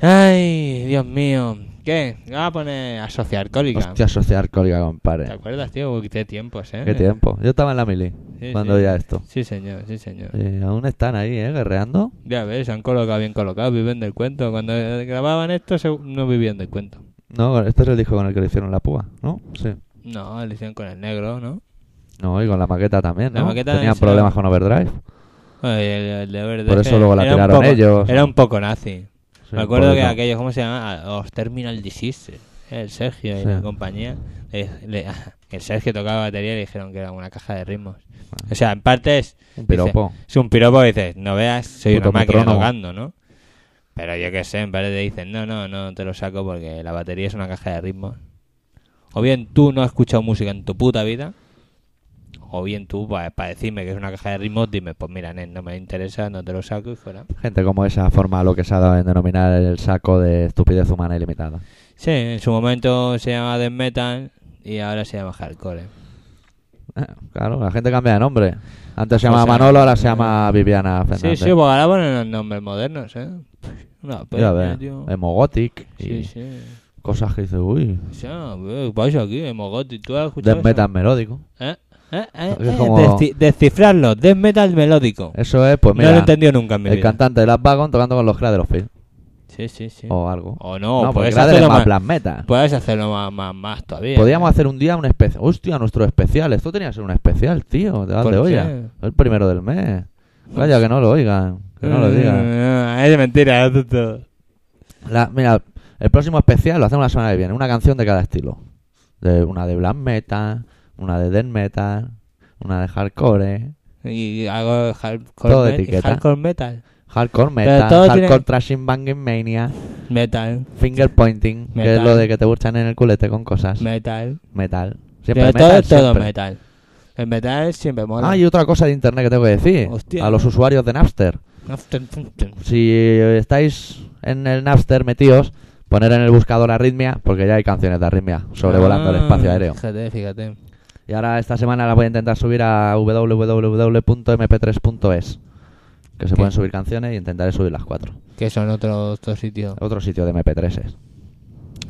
Ay, Dios mío. ¿Qué? Me va a poner asociar alcohólica.
Hostia, sociedad alcohólica,
¿Te
compadre.
acuerdas, tío? Uy, Qué tiempos, ¿eh?
Qué tiempo. Yo estaba en la mili
Sí,
cuando
sí.
ya esto.
Sí, señor, sí, señor.
Y aún están ahí, ¿eh? Guerreando.
Ya ves, se han colocado bien colocados, viven del cuento. Cuando eh, grababan esto, se- no vivían del cuento.
No, este es el disco con el que le hicieron la púa, ¿no? Sí.
No, le hicieron con el negro, ¿no?
No, y con la maqueta también, ¿no?
La maqueta
Tenían
también se
problemas
la-
con Overdrive.
Ay, el- el de verde
Por eso
que
luego la
era un
tiraron
poco-
ellos.
Era un poco nazi.
Sí,
Me acuerdo
un
que
poquito.
aquellos, ¿cómo se llama? Los Terminal Disease. eh, El Sergio y
Sí.
la compañía. le- le- el Sergio tocaba batería y le dijeron que era una caja de ritmos. O sea, en parte es,
Un piropo.
es un piropo y dices, no veas, soy
Puto
una máquina
metrónomo.
tocando, ¿no? Pero yo qué sé, en parte te dicen, no, no, no te lo saco porque la batería es una caja de ritmos. O bien tú no has escuchado música en tu puta vida. O bien tú, pues, para decirme que es una caja de ritmos, dime, pues mira, nen, no me interesa, no te lo saco y fuera.
Gente como esa forma lo que se ha dado en denominar el saco de estupidez humana ilimitada.
Sí, en su momento se llamaba Death Metal y ahora se llama Hardcore.
Eh, claro, la gente cambia de nombre. Antes se
O
llamaba
sea,
Manolo, ahora se llama Viviana
Sí,
Fernández.
sí, porque ahora ponen los nombres modernos, ¿eh? Una
Ya
peña,
ves,
tío.
Hemogotic y
Sí, sí.
cosas que dices, uy,
O sea, eh, ¿qué pasa aquí? Hemogotic, ¿tú has escuchado
death
eso?
metal melódico.
¿Eh? ¿Eh? ¿Eh?
Es
eh,
como-
desci- descifrarlo, Death Metal melódico.
Eso es, pues
no lo he
mira,
entendido nunca en mi
el
vida.
cantante de Las Vagon tocando con los Cradle of Field,
Sí, sí, sí.
o algo.
O
Oh.
no,
no, porque
puedes,
Cradle es
hacerlo
más
más,
black metal.
puedes hacerlo más, más, más todavía.
Podríamos hacer un día un especial. Hostia, nuestro especial. Esto tenía que ser un especial, tío. Te vas
¿Por
de
qué?
olla. El primero del mes. Vaya, que no lo oigan. Que no lo digan.
Eh, Es mentira, es tonto.
La- mira, el próximo especial lo hacemos la semana que viene. Una canción de cada estilo. De, una de black metal, una de death metal, una de hardcore, ¿eh?
Y hago hardcore,
Todo de
met-
etiqueta.
hardcore metal.
hardcore
Pero todo
metal, hardcore
tiene-
thrashing banging mania,
Metal.
finger pointing, que
Metal.
es lo de que te burchan en el culete con cosas.
Metal.
metal.
Pero
Siempre metal,
todo, todo
siempre.
metal. El metal siempre mola.
Ah, y otra cosa de internet que tengo que decir.
Hostia.
A los usuarios de Napster.
After-
si estáis en el Napster metidos, Poner en el buscador arritmia, porque ya hay canciones de arritmia sobrevolando el
Ah,
espacio aéreo.
Fíjate, fíjate.
Y ahora esta semana las voy a intentar subir a www.mp3.es. Que se
Ok.
pueden subir canciones y intentaré subir las cuatro.
Que son otros otro sitios.
Otro sitio de MP3 es.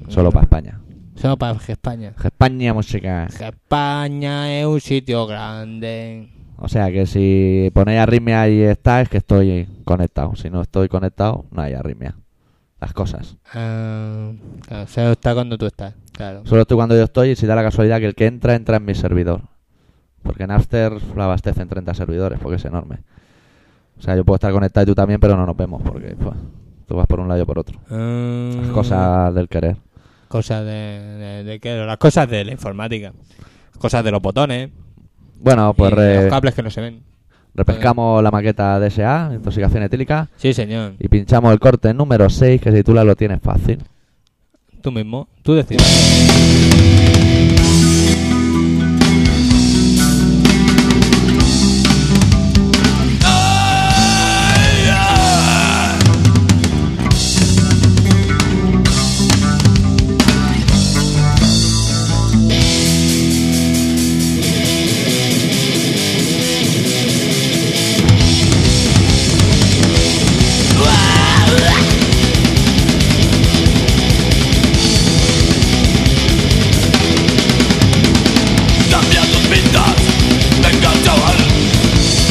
Solo para España.
Solo para España.
España música.
España es un sitio grande.
O sea que si ponéis arritmia y está, es que estoy conectado. Si no estoy conectado, no hay arritmia. Las cosas.
Ah, claro, solo está cuando tú estás. Claro.
Solo estoy cuando yo estoy y si da la casualidad que el que entra, entra en mi servidor. Porque Napster lo abastecen 30 servidores, porque es enorme. O sea, yo puedo estar conectado y tú también, pero no nos vemos, porque pues, tú vas por un lado y yo por otro. Las
Ah,
cosas del querer.
Cosas de, de, de qué? Las cosas de la informática. Las Cosas de los botones.
Bueno, pues
y
re-
los cables pues. que no se ven.
repescamos la maqueta DSA, intoxicación etílica,
Sí, señor.
y pinchamos el corte número 6, que se titula Lo tienes fácil.
Tú mismo. Tú decides.
Cambia tus pintas, venga chaval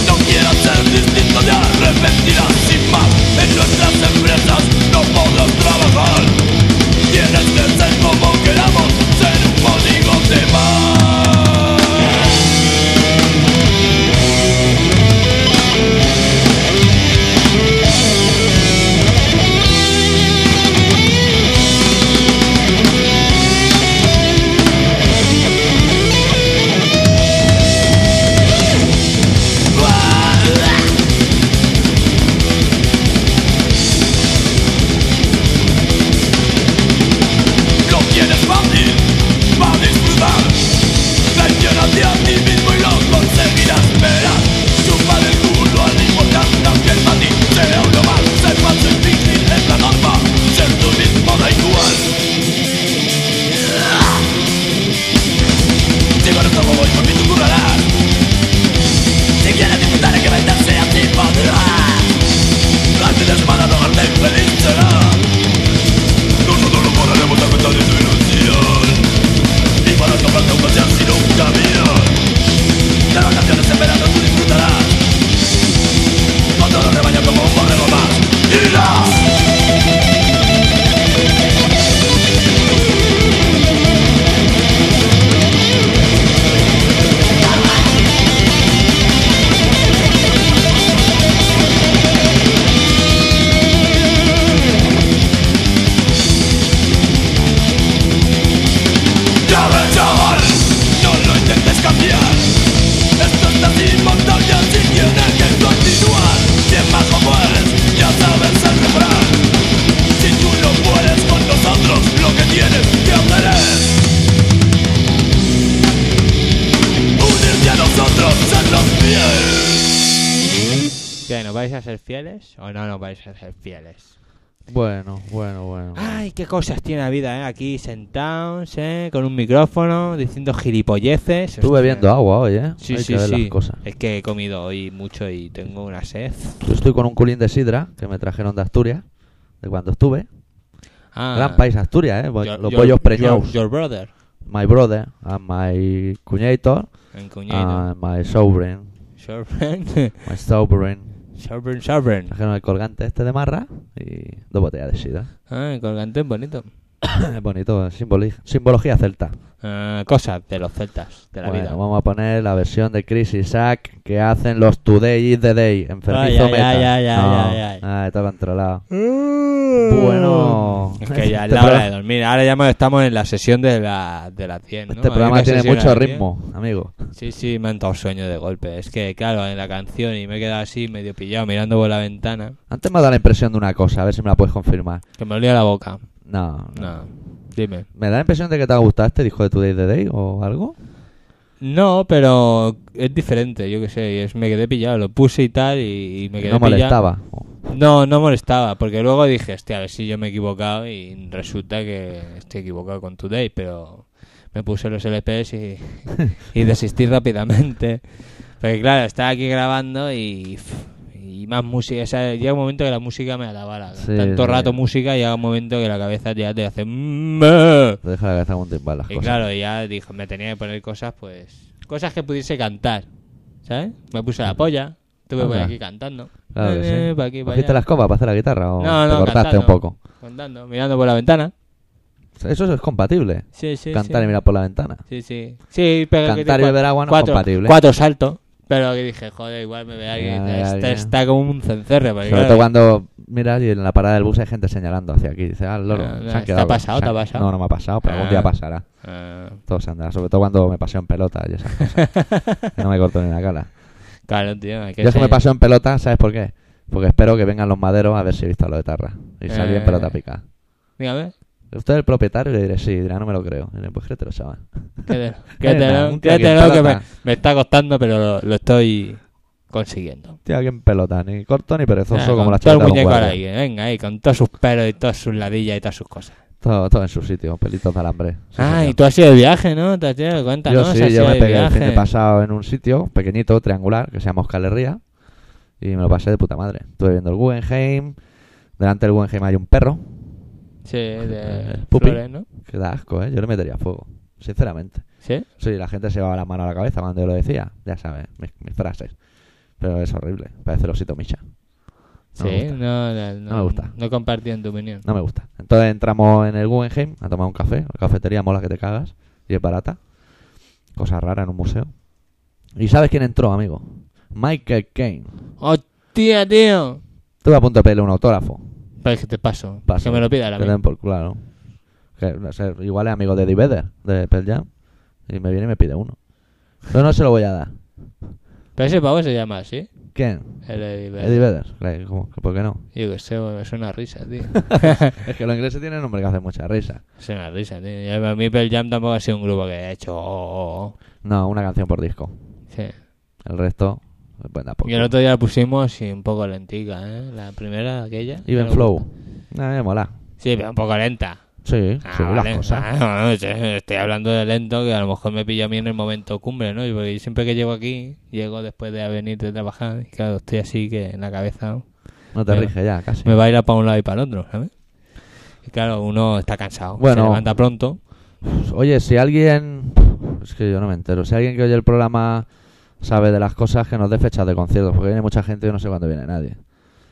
No quieras ser distinto, te arrepentirás sin más En nuestras empresas no podrás trabajar Tienes que ser como queramos, ser un código de más Lo quieres fácil, va a disfrutar Traicionate a ti mismo y lo conseguirás Verás, chupa del culo al importante Aunque para ti sea uno más Ser más difícil es la norma Ser tú mismo da igual Si con esto como voy por mí tú currarás Si quieres disfrutar hay que venderse a ti podrás Al fin de semana no arte feliz será nosotros no pararemos de venta de tu ilusión Y para comprarte un paseo sin un camión De vacaciones en verano tú disfrutarás Cuando lo rebañas como un borrego más ¡Y no! ¡Ya ves, chaval! No lo intentes cambiar Esto está sin montaña Si tienes que continuar Bien más lo puedes Ya sabes el refrán Si tú no puedes con nosotros Lo que tienes que hacer es Unirte a nosotros en los pies
¿Qué, ¿Nos vais a ser fieles o no nos vais a ser fieles?
Bueno, bueno, bueno.
Ay, qué cosas tiene la vida, ¿eh? Aquí sentados, ¿eh? Con un micrófono, diciendo gilipolleces.
Estuve
Hostia.
bebiendo agua hoy, ¿eh?
Sí,
Hay que
sí,
ver
sí.
las cosas.
Es que he comido hoy mucho y tengo una sed.
Yo estoy con un culín de sidra que me trajeron de Asturias, de cuando estuve.
Ah,
Gran país Asturias, ¿eh? Bo-
Your-
Los
your-
pollos preñados.
Your, your brother.
My brother, and my cuñator,
En cuñado.
and my sovereign.
Sovereign.
My sovereign.
Sovereign, sovereign.
Trajeron el colgante este de marra y dos botellas de sidra.
Ah, el colgante es bonito.
Es bonito, simboli- simbología celta.
Ah, cosas de los celtas, de la
Bueno,
vida.
vamos a poner la versión de Chris Isaac que hacen los Today is the Day. Enfermizo
Ay, ay,
meta.
ay, ay, ay,
No.
ay, ay.
Ah, está controlado. Bueno.
Es que ya es
Este
la hora
programa-
de dormir. Ahora ya estamos en la sesión de, la, de las 10. ¿no?
Este
Hay
programa
una
tiene
sesión a
mucho
las 10.
ritmo, amigo.
Sí, sí, me han dado sueño de golpe. Es que, claro, en la canción y me he quedado así medio pillado mirando por la ventana.
Antes me ha dado la impresión de una cosa, a ver si me la puedes confirmar.
Que me olía la boca.
No, no.
No, dime.
¿Me da la impresión de que te ha gustado este disco de Today is the Day o algo?
No, pero es diferente, yo qué sé. y es- me quedé pillado, lo puse y tal y, y me
Que
quedé
no
pillado.
molestaba. Oh,
No, no molestaba, porque luego dije, hostia, a ver si yo me he equivocado y resulta que estoy equivocado con Today, pero me puse los LPs y, y desistí rápidamente. Porque claro, estaba aquí grabando y, y más música, o sea, llega un momento que la música me alabara.
Sí,
Tanto
sí.
rato música, llega un momento que la cabeza ya te hace... "Mm".
Te deja la cabeza con timbal las
Y
cosas.
claro, ya dijo, me tenía que poner cosas, pues. Cosas que pudiese cantar. ¿Sabes? Me puse la polla. Estuve por
Anda.
aquí cantando.
Claro que
Eh,
sí.
pa' aquí, pa'
¿Cogiste
allá.
las copas para hacer la guitarra o
No,
te
no,
cortaste
cantando.
un poco?
Contando, mirando por la ventana.
Eso es compatible.
Sí, sí.
Cantar
sí.
y mirar por la ventana.
Sí, sí. Sí, pero que
Cantar y
cua-
beber agua no es
cuatro,
compatible.
Cuatro saltos. Pero que dije, joder, igual me ve alguien.
Ya, ya,
este
ya.
está como un cencerre. porque
Sobre
claro,
todo cuando miras y en la parada del bus hay gente señalando hacia aquí. Dice, ah, el loro.
Ah,
se
no,
han
¿te
quedado
ha
con-
pasado?
se han-
¿Te ha pasado?
No, no me ha pasado, pero algún
Ah.
día pasará.
Ah,
Todo se andará. Sobre todo cuando me paseo en pelota y esas cosas. que no me corto ni la cara.
claro, tío. hay que
Yo es que me
ser-
paseo en pelota, ¿sabes por qué? Porque espero que vengan los maderos a ver si he visto a lo de Tarra. Y salí
Eh.
en pelota pica.
Dígame.
Usted es el propietario y le diré, sí, dirá, no me lo creo. Y le diré, pues créetelo, chaval.
Que te, que te
Venga,
lo-
un tío
que
aquí
te
en
lo que me,
pelota.
me está costando, pero lo- lo estoy consiguiendo.
Tío, aquí en pelota, ni corto ni perezoso,
Ah,
como
con
las
todo el
chavetas de un
muñeco
guardia.
ahí, eh, venga ahí, con todos sus pelos y todas sus ladillas y todas sus cosas.
Todo, todo en su sitio, pelitos de alambre. Sí,
ah, y
señor.
tú has ido de viaje, ¿no? Te has dado cuenta,
Yo
¿no?
sí,
has
yo
ido
me
de
pegué el fin
viaje.
de pasado en un sitio pequeñito, triangular, que se llama Euskal Herria, y me lo pasé de puta madre. Estuve viendo el Guggenheim, delante del Guggenheim hay un perro,
Sí, de
El Eh, pupi.
flores, ¿no?
que da asco, ¿eh? Yo le metería fuego, sinceramente.
Sí.
Sí, la gente se llevaba la mano a la cabeza cuando yo lo decía, ya sabes, mis, mis frases. Pero es horrible, parece el osito Micha. No me
sí,
gusta.
no, no, no,
No me gusta.
No compartí en tu opinión.
No me gusta. Entonces entramos en el Guggenheim a tomar un café. La cafetería mola que te cagas y es barata. Cosa rara en un museo. ¿Y sabes quién entró, amigo? Michael Caine.
¡Hostia, tío!
Estuve a punto de pedirle un autógrafo.
Pero es que te paso.
Paso.
Que me lo pida la
Que
mía.
den por culo, ¿no? Que, no sé, igual es amigo de Eddie Vedder, de Pearl Jam. Y me viene y me pide uno. Pero no se lo voy a dar.
Pero ese pavo se llama así.
¿Quién?
El Eddie Vedder.
Eddie Vedder. Claro, ¿cómo? ¿Por qué no?
Yo que sé, me suena a risa, tío.
Es que los ingleses tienen nombre que hace mucha risa.
suena a risa, tío. Y A mí Pearl Jam tampoco ha sido un grupo que he hecho... oh, oh, oh.
No, una canción por disco.
Sí.
El resto, pues da por
Y el
culo.
otro día la pusimos y un poco lentica, ¿eh? La primera, aquella.
Even
Pero-
Flow. Nada, me mola.
Sí, pero un poco lenta.
Sí,
Ah,
sí,
vale.
las cosas.
Ah, no, no, sí, estoy hablando de lento, que a lo mejor me pilla a mí en el momento cumbre, ¿no? Y porque siempre que llego aquí, llego después de venir de trabajar, y claro, estoy así que en la cabeza
No te
Venga.
rige ya, casi.
me va a ir a para un lado y para el otro, ¿sabes? Y claro, uno está cansado, se
Bueno.
levanta pronto.
Oye, si alguien... Es que yo no me entero. Si alguien que oye el programa sabe de las cosas, que nos dé fechas de conciertos, porque viene mucha gente y yo no sé cuándo viene nadie.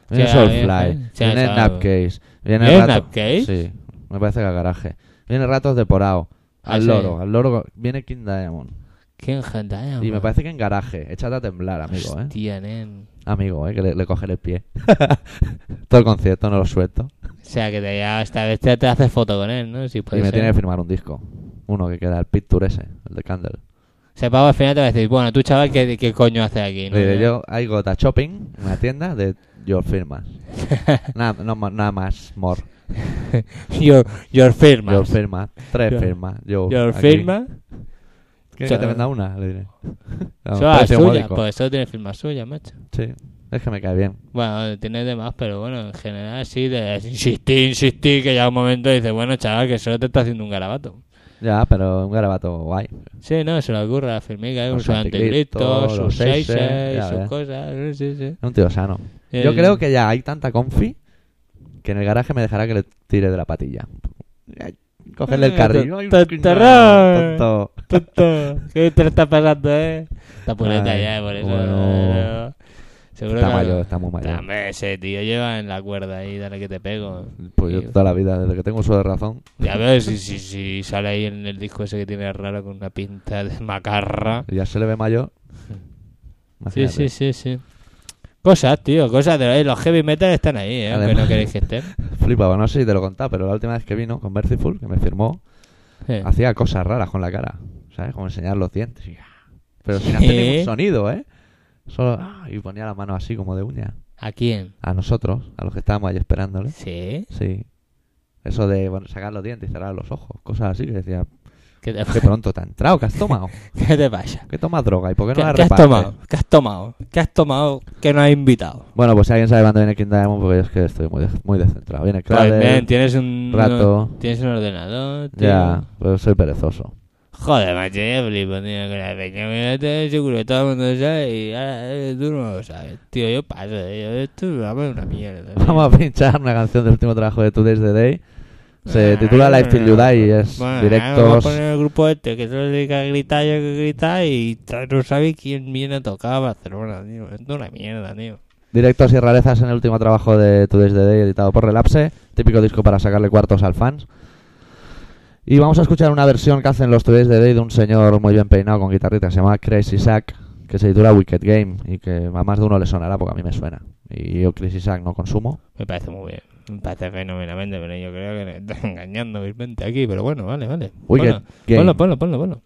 Viene
Sí, ah,
Soulfly,
viene- sí,
viene
sí,
Napcase, viene,
¿Viene
Rato-
Napcase?
Sí, me parece que a garaje. Viene Ratos de Porao,
Ah,
al
sí.
Loro, al Loro viene King Diamond.
¿Quién gente hay,
Y me
amor?
parece que en garaje, échate a temblar, amigo, ¿eh?
Ah, Hostia, nen.
Amigo, ¿eh? Que le, le cogeré el pie. Todo el concierto no lo suelto.
O sea, que te, ya esta vez te, te haces foto con él, ¿no? Si puede
y me
ser.
tiene que firmar un disco. Uno que queda, el Picture ese, el de Candle.
O sea, pavo al final te va a decir, bueno, tú chaval, ¿qué, qué coño haces aquí? no?
Le diré yo, hay Gota Shopping, una tienda de your firmas. nada, no ma- nada más, more.
Your, your firma.
Your firmas, tres
Your-
firmas. Yo,
Your
aquí.
firma.
¿Quieres que
Yo-
te venda una? Le diré. No,
Eso es
precio
suya,
módico.
pues eso tiene firma suya, macho.
Sí, es que me cae bien.
Bueno, tiene de más, pero bueno, en general sí, de insistí, insistí, que llega un momento y dice, bueno, chaval, que solo te está haciendo un garabato.
Ya, pero un garabato guay.
Sí, no, se le ocurre a la firmica, ¿eh?
Los
sus anticristo,
anticristos,
sus
los seises,
seises,
ya
sus
ves.
cosas, eh, sí, sí.
Es un tío sano.
Eh,
Yo creo que ya hay tanta confi que en el garaje me dejará que le tire de la patilla. Ay, Cogerle el
Eh,
carril. Ay,
ta-
qué
tarán.
tonto.
Tonto, ¿qué te lo está pasando, eh? Está puleta
Ay,
ya, eh, por eso.
bueno.
eh, Seguro
Está
que...
mayor, está muy mayor.
Dame ese tío, lleva en la cuerda ahí, dale que te pego.
Pues yo toda la vida, desde que tengo uso de razón,
Ya ves, si, si, si sale ahí en el disco ese que tiene raro con una pinta de macarra.
ya se le ve mayor.
Sí,
Imagínate.
sí, sí, sí. Cosas, tío, cosas de eh, los heavy metal están ahí, ¿eh? aunque
Además-
no queréis que estén.
Flipaba, no sé si te lo contaba, pero la última vez que vino con Merciful, que me firmó,
Eh.
hacía cosas raras con la cara, ¿sabes? Como enseñar los dientes. y- ah, Pero sin
Sí.
hacer ningún sonido, ¿eh? Solo... ah, Y ponía la mano así como de uña.
¿A quién?
A nosotros, a los que estábamos ahí esperándole.
Sí.
Sí. Eso de bueno, sacar los dientes y cerrar los ojos, cosas así que decía...
¿Qué te,
Qué pronto te ha entrado, ¿qué has tomado?
¿Qué te pasa?
¿Qué tomas droga y por
¿Qué,
qué no la
qué has
repartes?
tomado? ¿Qué has tomado? ¿Qué has tomado que no has invitado?
Bueno, pues si alguien sabe cuándo viene King Diamond, porque yo es que estoy muy, des- muy descentrado. Viene Cradle,
Pues, men, tienes un
rato.
tienes un ordenador. tío.
ya, pero soy perezoso.
Joder, macho, yo flipo, tío, con la peña. Mira, te- seguro que todo el mundo lo sabe y ahora eh, tú no lo sabes. Tío, yo paso, eh, yo, esto vamos, es una mierda. tío.
Vamos a pinchar una canción del último trabajo de Today's the Day. Se titula Life Till You Die y es
Eh, Ah, Bueno, Vamos
directos.
a poner el grupo este que solo se dedica a gritar y a gritar y t- no sabe quién viene a tocar a Barcelona, tío. Esto es una mierda, tío.
Directos y rarezas en el último trabajo de Today's the Day editado por Relapse. Típico disco para sacarle cuartos al fans. Y vamos a escuchar una versión que hacen los Today's the Day de un señor muy bien peinado con guitarrita que se llama Crazy Sack, que se titula Wicked Game y que a más de uno le sonará porque a mí me suena. Y yo Crazy Sack no consumo.
Me parece muy bien. Me parece fenomenalmente, pero yo creo que me estás engañando vilmente aquí. Pero bueno, vale, vale.
Wicked
Ponlo,
Game.
ponlo, ponlo, ponlo, ponlo.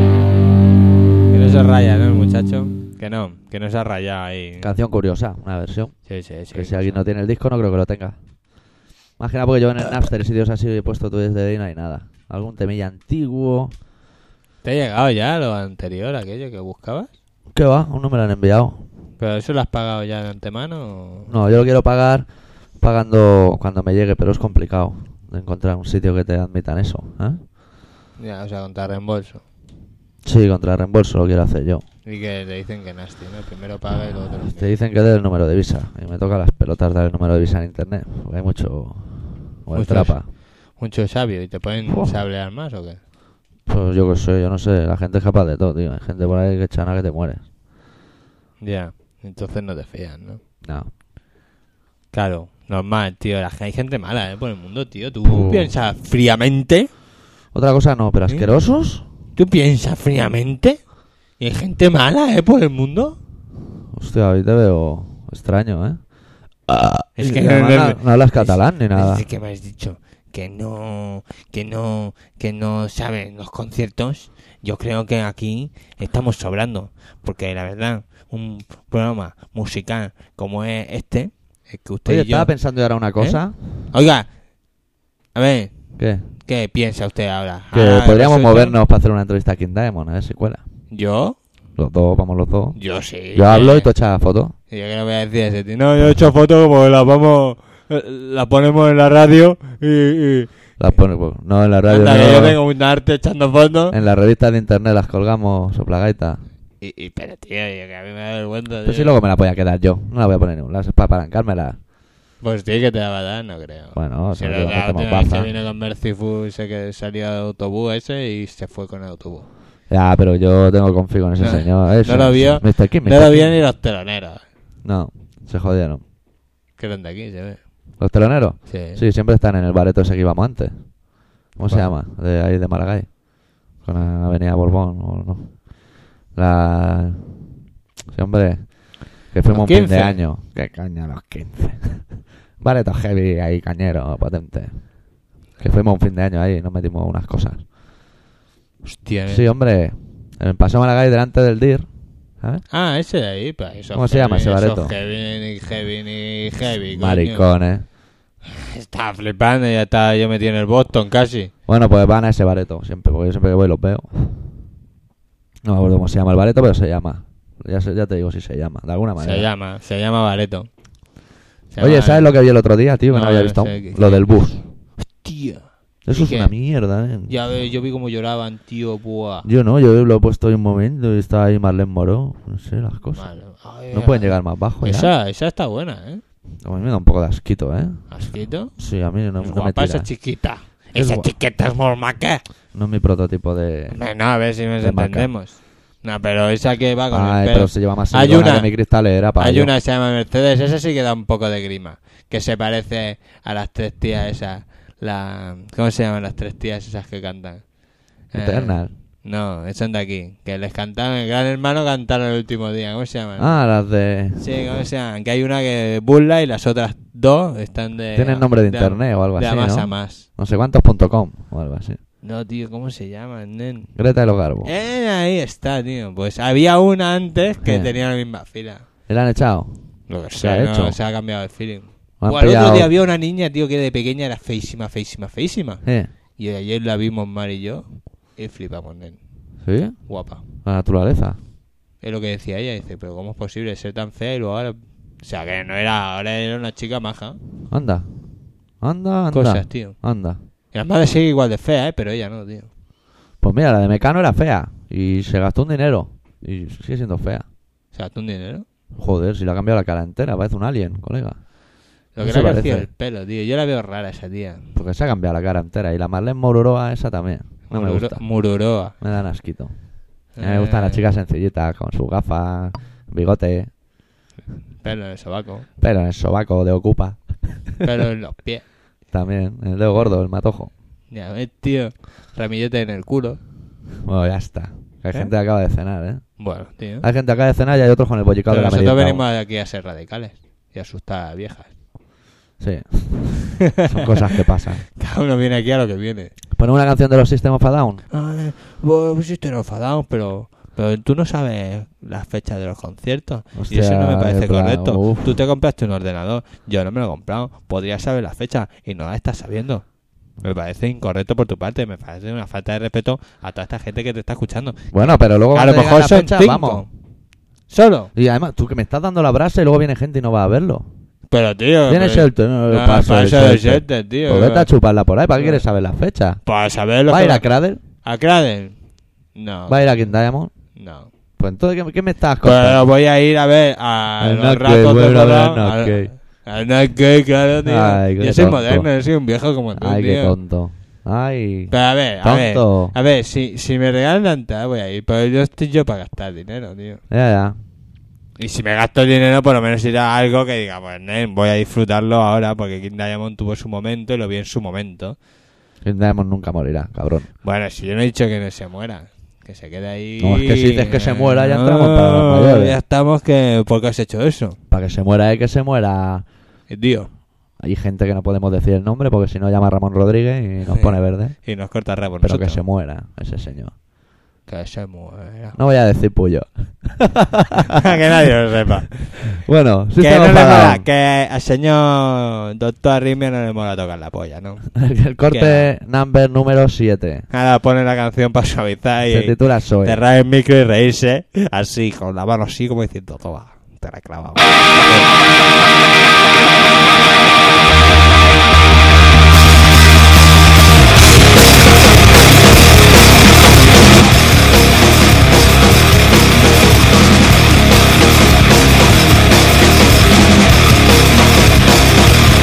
Que no se raya, ¿no, muchacho? Que no, que no se ha rayado ahí.
Canción curiosa, una versión.
Sí, sí, sí.
que si alguien no tiene el disco, no creo que lo tenga. Más que nada porque yo en el Napster y sitios así he puesto Today's the Day y no hay nada. Algún temilla antiguo.
¿Te ha llegado ya lo anterior, aquello que buscabas?
¿Qué va? Aún no me lo han enviado.
¿Pero eso lo has pagado ya de antemano? o-
No, yo lo quiero pagar pagando cuando me llegue, pero es complicado de encontrar un sitio que te admitan eso. ¿eh?
Ya, o sea, contra reembolso.
Sí, contra reembolso lo quiero hacer yo.
Y que te dicen que nasty, ¿no? Primero paga y luego te lo
Te dicen que dé el número de visa. Y me toca las pelotas dar el número de visa en internet. Porque hay mucho. O el
Muchos.
trapa.
Mucho sabio. ¿Y te pueden
Oh.
sablear más o qué?
Pues yo que sé, yo no sé. La gente es capaz de todo, tío. Hay gente por ahí que chana que te mueres.
Ya. Entonces no te fías, ¿no?
No.
Claro. Normal, tío. La gen- hay gente mala, ¿eh? Por el mundo, tío. Tú
Puh.
piensas fríamente.
Otra cosa no, pero
¿Eh?
asquerosos.
Tú piensas fríamente. Y hay gente mala, ¿eh? Por el mundo.
Hostia, hoy te veo extraño, ¿eh?
Ah, Es
Y
que-
además no, no hablas catalán ni
Es
nada.
que me has dicho que no, que no, que no saben los conciertos. Yo creo que aquí estamos sobrando, porque la verdad, un programa musical como es este, es que usted
Oye,
y yo- ¿Eh?
estaba pensando ahora una cosa.
Oiga, a ver,
¿Qué?
¿qué piensa usted ahora? Ah,
Que
Ahora
podríamos
resulta-
movernos para hacer una entrevista a King Diamond, a ver ¿eh? si cuela.
Yo,
Los dos, vamos los dos.
yo sí.
Yo hablo y
eh.
tú echas foto.
Y Yo que le voy a decir a ese tío. No, yo he hecho fotos como las vamos, eh, las ponemos en la radio y. y-
Las pone- no, en la radio.
Anda,
no.
que yo tengo un arte echando fotos.
En las revistas de internet las colgamos, soplagaita.
Y, y pero tío, yo que a mí me da vergüenza.
Pero
tío.
si luego me la voy a quedar yo. No la voy a poner en un lado, es para apalancármela.
Pues sí que te la va a dar, no creo.
Bueno,
Si
se
era
lo
la
hacemos
última vez que
baza.
vino con Merciful, sé que salió del autobús ese y se fue con el autobús.
Ya, pero yo tengo confío en ese
No,
señor.
no
Eso,
lo vio-
Mr. Kim,
No
Mr.
lo
Kim.
vio ni los teloneros,
No, se jodieron.
que eran de aquí, se ve.
¿Los teloneros?
Sí.
Sí, siempre están en el bareto ese que íbamos antes. ¿Cómo se
¿Cuál?
llama? De ahí de Maragall. Con la avenida Borbón o no. La... Sí, hombre. Que fuimos
Los
un fin de
15.
año. ¿Qué coño los 15? bareto heavy ahí, cañero, potente. Que fuimos un fin de año ahí y nos metimos unas cosas.
Hostia. eh.
Sí, hombre. En el Paseo Maragall delante del DIR. ¿Sabes?
Ah, ese de ahí, pa, esos
¿Cómo se llama ese
heavy,
bareto?
esos Heavy, ni heavy, ni heavy. coño.
Maricones.
Estaba flipando, ya estaba yo metido en el Boston casi.
Bueno, pues van a ese bareto siempre, porque yo siempre que voy los veo. No me acuerdo cómo se llama el bareto, pero se llama. Ya, se- ya te digo si se llama, de alguna manera.
Se llama, se llama bareto. Se
Oye,
llama-
¿sabes lo que vi el otro día, tío? Que no,
No,
había
yo
visto.
sé
aún.
que-
lo del bus.
Hostia.
Eso
¿Y
es
qué?
una mierda, ¿eh?
Ya ves, yo vi cómo lloraban, tío, buah.
Yo no, yo lo he puesto ahí un momento y está ahí Marlene Moró. No sé, las cosas.
Malo. Ay,
No pueden llegar más bajo ya.
Pues Esa, esa está buena, ¿eh?
A mí me da un poco de asquito, ¿eh?
Asquito.
Sí, a mí no, no
Es
me
guapa
tira.
esa chiquita.
Es
esa
gua-
chiquita es muy maca.
No es mi prototipo de...
Hombre, No, a ver si nos
de maca.
entendemos. No, pero esa que va con
Ay,
el pelo.
pero se lleva más
Hay
silicona
una-
que mi cristalera, para
Hay
yo.
una que se llama Mercedes, esa sí que da un poco de grima. Que se parece a las tres tías esas. La... ¿Cómo se llaman las tres tías esas que cantan? Eh,
Eternal.
no, esas de aquí. Que les cantaron, el gran hermano cantaron el último día. ¿Cómo se llaman?
Ah, las de...
Sí, ¿cómo se llaman? Que hay una que burla y las otras dos están de.
Tienen nombre de
a-
internet o algo
de a
así,
más
¿no?
a más.
no sé cuántos.com o algo así.
No, tío, ¿cómo se llaman, nen?
Greta de los Garbo.
Eh, ahí está, tío. Pues había una antes que
Sí.
tenía la misma fila.
¿Le la han echado?
Lo que
Se ha
sea, ¿no?
hecho.
se ha cambiado el feeling.
Lo han
O al otro
pillado.
día había una niña, tío, que de pequeña era feísima, feísima, feísima.
Eh,
Y ayer la vimos Mar y yo y flipamos, nen.
¿Sí?
Guapa.
La naturaleza.
Es lo que decía ella, dice, pero ¿cómo es posible ser tan fea y luego ahora... O sea, que no era, ahora era una chica maja.
Anda. Anda, anda.
Cosas, tío.
Anda.
Y las madres siguen igual de fea, ¿eh? Pero ella no, tío.
Pues mira, la de Mecano era fea. Y se gastó un dinero. Y sigue siendo fea.
O sea, tú un dinero.
Joder, si le ha cambiado la cara entera. Parece un alien, colega.
Lo
No
que
se
le ha crecido
parece.
el pelo, tío. Yo la veo rara esa tía.
Porque se ha cambiado la cara entera. Y la Marlene Moruroa esa también. No me
Mururo-
gusta.
Mururoa.
Me dan asquito. A mí
Eh,
me gustan las chicas sencillitas. Con sus gafas, bigote,
Pelo en el sobaco.
pero en el sobaco de Ocupa.
Pelo en los pies.
También. El dedo gordo, el matojo.
Ya ves, tío. Ramillete en el culo.
Bueno, ya está. Hay
¿Eh?
gente que acaba de cenar, ¿eh?
Bueno, tío.
Hay gente que acaba de cenar y hay otros con el bollicado
Pero
de la
nosotros
merienda.
venimos aquí a ser radicales y asustar a viejas.
Sí, son cosas que pasan.
Cada uno viene aquí a lo que viene.
Ponemos una canción de los System of a Down.
Ah, vos vos estáis enfadados, pero, pero tú no sabes las fechas de los conciertos. y eso no me
Hostia,
parece
en plan,
correcto.
uf.
Tú te compraste un ordenador, yo no me lo he comprado. Podrías saber las fechas y no las estás sabiendo. Me parece incorrecto por tu parte, me parece una falta de respeto a toda esta gente que te está escuchando.
Bueno, pero luego
A
cuando
lo
llega
mejor
la
son
fecha,
cinco.
vamos.
Solo.
Y además, tú que me estás dando la brasa y luego viene gente y no va a verlo.
Pero tío.
Viene
pero-
Shelter, no,
Ah,
paso
para
de
eso de
Shelter.
Shelter, tío.
Pues vete a chuparla por ahí, ¿para qué
Eh.
quieres saber la fecha?
Para saber lo
¿Va a
que
ir
va- Ah.
a Cradle?
¿A Cradle? No.
¿Va a ir a King Diamond?
No.
Pues entonces, ¿qué, qué me estás
Pero
contando?
voy a ir a ver a
Al
los
Nutcase,
ratos de
voy a ir a ver al
Colón, al-
Nutcase.
al Nutcase, claro, tío.
Ay, qué
yo soy
tonto.
moderno, yo soy un viejo como tú,
Ay, qué
tío.
tonto. Ay,
Pero a ver, a ver.
Tonto.
A ver, si, si me regalan la entrada voy a ir, pero yo estoy yo para gastar dinero, tío.
ya, ya.
Y si me gasto el dinero, por lo menos irá algo que diga, pues nen, voy a disfrutarlo ahora, porque King Diamond tuvo su momento y lo vi en su momento.
King Diamond nunca morirá, cabrón.
Bueno, si yo no he dicho que no se muera, que se quede ahí.
No, es que si dices que se muera, ya
No,
entramos para las mayores.
Ya estamos que. ¿Por qué has hecho eso?
Para que se muera, eh, que se muera.
Eh, Tío.
Hay gente que no podemos decir el nombre porque si no llama a Ramón Rodríguez y nos
Sí.
pone verde.
Y nos corta rabo
Pero que
nosotros.
se muera ese señor.
Que se muera.
No voy a decir puyo.
que nadie lo sepa.
Bueno, sí
que no
estamos
le
para-
mola, que al señor doctor Arrimia no le mola tocar la polla, ¿no?
El corte number número 7.
Ahora pone la canción para suavizar
Se
y
titula Soy.
cerrar el micro y reírse. Así, con la mano así, como diciendo, toma, te la clavamos.
Soy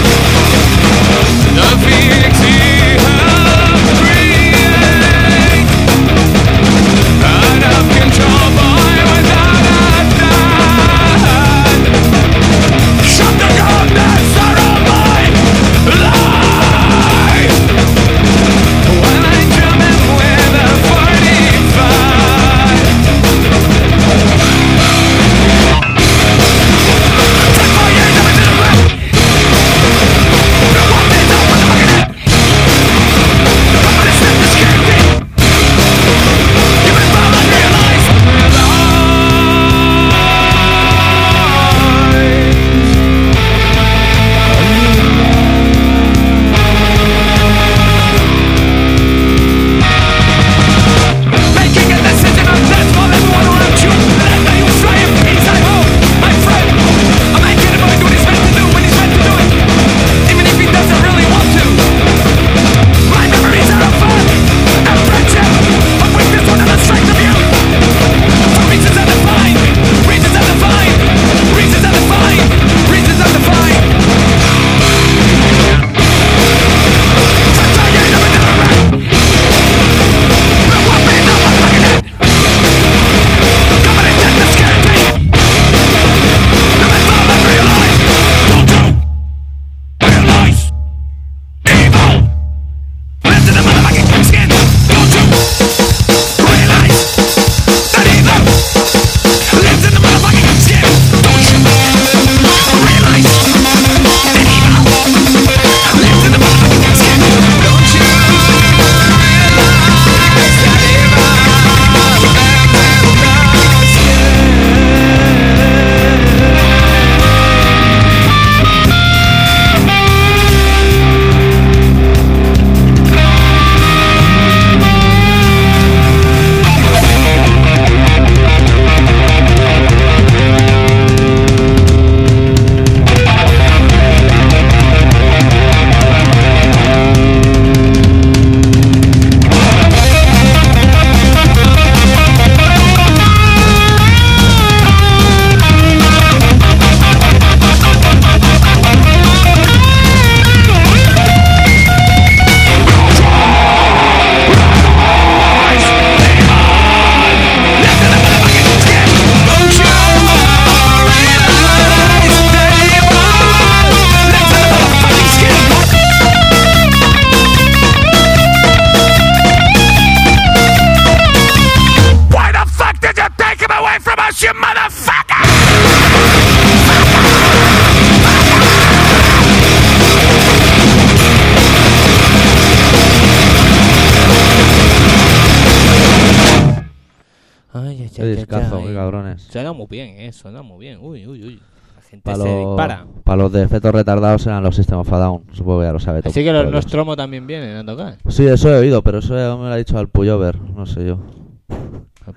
Ay, ay,
Qué
ay, ay,
discazo,
ay.
qué cabrones.
Suena muy bien, eh. Suena muy bien. Uy, uy, uy. La gente
Para
se dispara.
los, pa' los de efectos retardados eran los sistemas of a Down. Supongo que ya lo sabe todo.
Así que los
todos.
Nostromo también vienen a tocar.
Sí, eso he oído, pero eso me lo ha dicho al Puyover. No sé yo.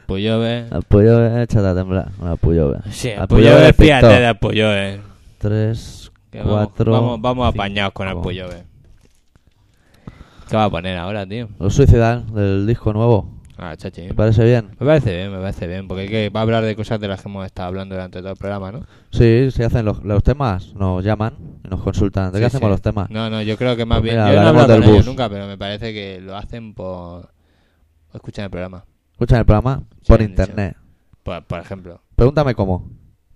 Pues yo ve.
Al Puyover, échate a temblar. Al Puyover.
Sí,
Al
Puyove,
Puyove
fíjate
pintó.
de Puyove.
Tres,
Que vamos-
cuatro.
Vamos, vamos, apañados con
cinco.
Apoyove. ¿Qué va a poner ahora, tío?
Los Suicidal del disco nuevo.
Ah, chachi.
¿Te parece bien?
Me parece bien, me parece bien, porque hay que, va a hablar de cosas de las que hemos estado hablando durante todo el programa, ¿no?
Sí, si hacen los, los temas, nos llaman y nos consultan. ¿De
Sí,
qué hacemos
sí.
los temas?
No, no, yo creo que más
Pues
bien...
mira,
yo no he
hablaremos
hablado
del
con ellos
bus.
nunca, pero me parece que lo hacen por... por escuchar el programa,
Escuchan el programa
Sí,
por
han dicho.
internet.
por, por ejemplo.
Pregúntame cómo.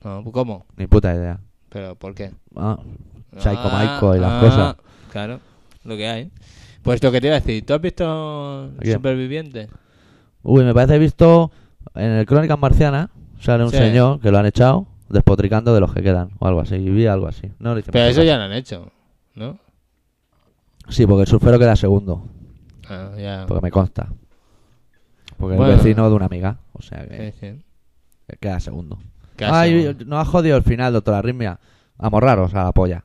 No, pues, ¿Cómo?
Ni puta idea.
¿Pero por qué?
Ah, Psycho
Ah,
Maico y las
ah,
cosas.
Claro, lo que hay. Pues lo que te iba a decir, ¿tú has visto
¿Qué?
Supervivientes?
Uy, me parece he visto en el Crónicas Marciana sale un
Sí.
señor que lo han echado despotricando de los que quedan o algo así. Y vi algo así. No le hice
Pero
mucho
eso
caso.
ya lo han hecho, ¿no?
Sí, porque el surfero queda segundo,
Ah, ya.
porque me consta. Porque
Bueno.
el vecino de una amiga, o sea que
Sí, sí.
queda segundo.
Casi,
Ay,
bueno.
nos ha jodido el final, doctor Arritmia. Amorraros a la polla.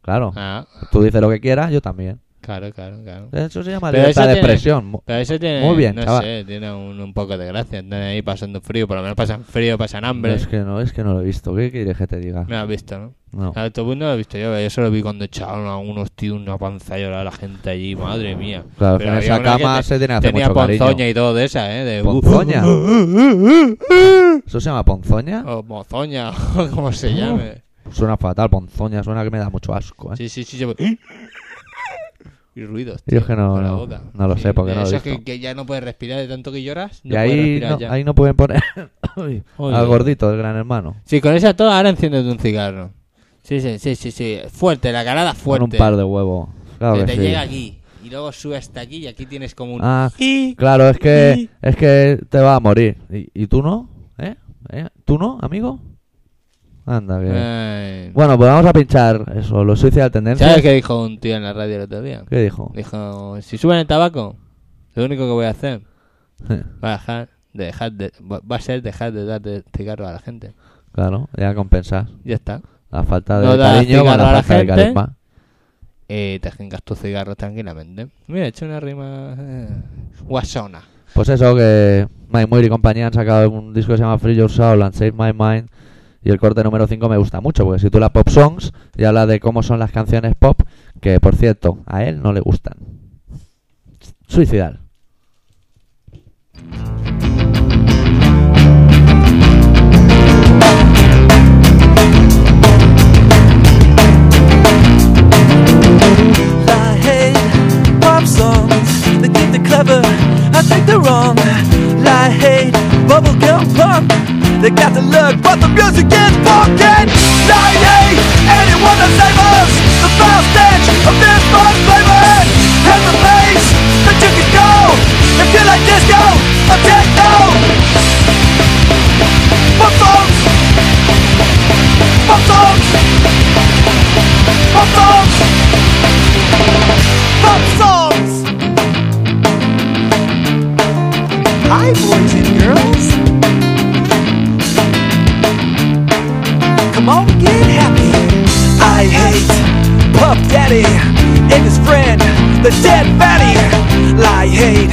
Claro,
Ah,
tú dices lo que quieras, yo también.
claro, claro, claro.
Eso se llama
Pero
libertad
eso
de
tiene-
expresión. Mo-
Pero eso tiene,
Muy bien,
no
chaval.
sé, tiene un, un poco de gracia. Están ahí pasando frío, por lo menos pasan frío, pasan hambre.
No, es que no, es que no lo he visto. ¿Qué quieres que te diga?
Me lo has visto, ¿no?
No.
Al autobús no lo he visto yo, yo solo vi cuando echaron a unos tíos una panza y a la gente allí, madre mía.
Claro,
Pero
en
había
esa
una que
cama
te-
se tiene que hacer
Tenía
mucho
ponzoña
cariño.
y todo de esa, ¿eh? De,
¿Ponzoña? ¿Eso se llama ponzoña?
o mozoña, o como
Ah,
se llame.
Suena fatal, ponzoña, suena que me da mucho asco, ¿eh?
Oh. Sí, sí, sí. se- Y ruidos.
Yo
tío,
es que no-
con la
no-
boca.
no lo sé, porque
de
no lo he
esos que,
visto.
que ya no puedes respirar de tanto que lloras.
y
No puedes
ahí
respirar
no,
ya.
ahí no pueden poner uy,
Oye.
al gordito del gran hermano.
Sí, con esa toda ahora enciéndete un cigarro. Sí, sí, sí, sí, sí. Fuerte, la carada fuerte.
Con un par de huevos. Claro
que
que
te
sí.
llega aquí. Y luego sube hasta aquí y aquí tienes como un...
Ah,
Y-
Claro, es que, es que te vas a morir. ¿Y, y tú no? ¿Eh? ¿Eh? ¿Tú no, amigo? Anda, que...
Eh. Ay.
Bueno, pues vamos a pinchar eso, los suicidas tendencia.
¿Sabes qué dijo un tío en la radio el otro día?
¿Qué dijo?
Dijo, si suben el tabaco, lo único que voy a hacer va a dejar de dejar de, va va a ser dejar de dar de cigarro a la gente.
Claro, ya compensas.
Ya está.
La falta de
No das
cariño con
cigarro
la
a la
falta de
gente.
carisma.
Eh, te jingas tus cigarros tranquilamente. Mira, he hecho una rima eh, guasona.
Pues eso, que My Muir y compañía han sacado un disco que se llama Free Your Soul and Save My Mind. Y el corte número 5 me gusta mucho, porque si tú la pop songs y habla de cómo son las canciones pop, que por cierto, a él no le gustan. Suicidal.
I hate pop songs. They think they're clever. I think they're wrong. I hate bubblegum punk. They got the look, but the music is funky. I hate anyone that savors the fast edge of this fun flavor. And the place that you can go if you like disco or techno. Pop songs. Pop songs. Pop songs pop songs. Hi, boys and girls. Come on, get happy. I hate Puff Daddy and his friend, the dead fatty. I hate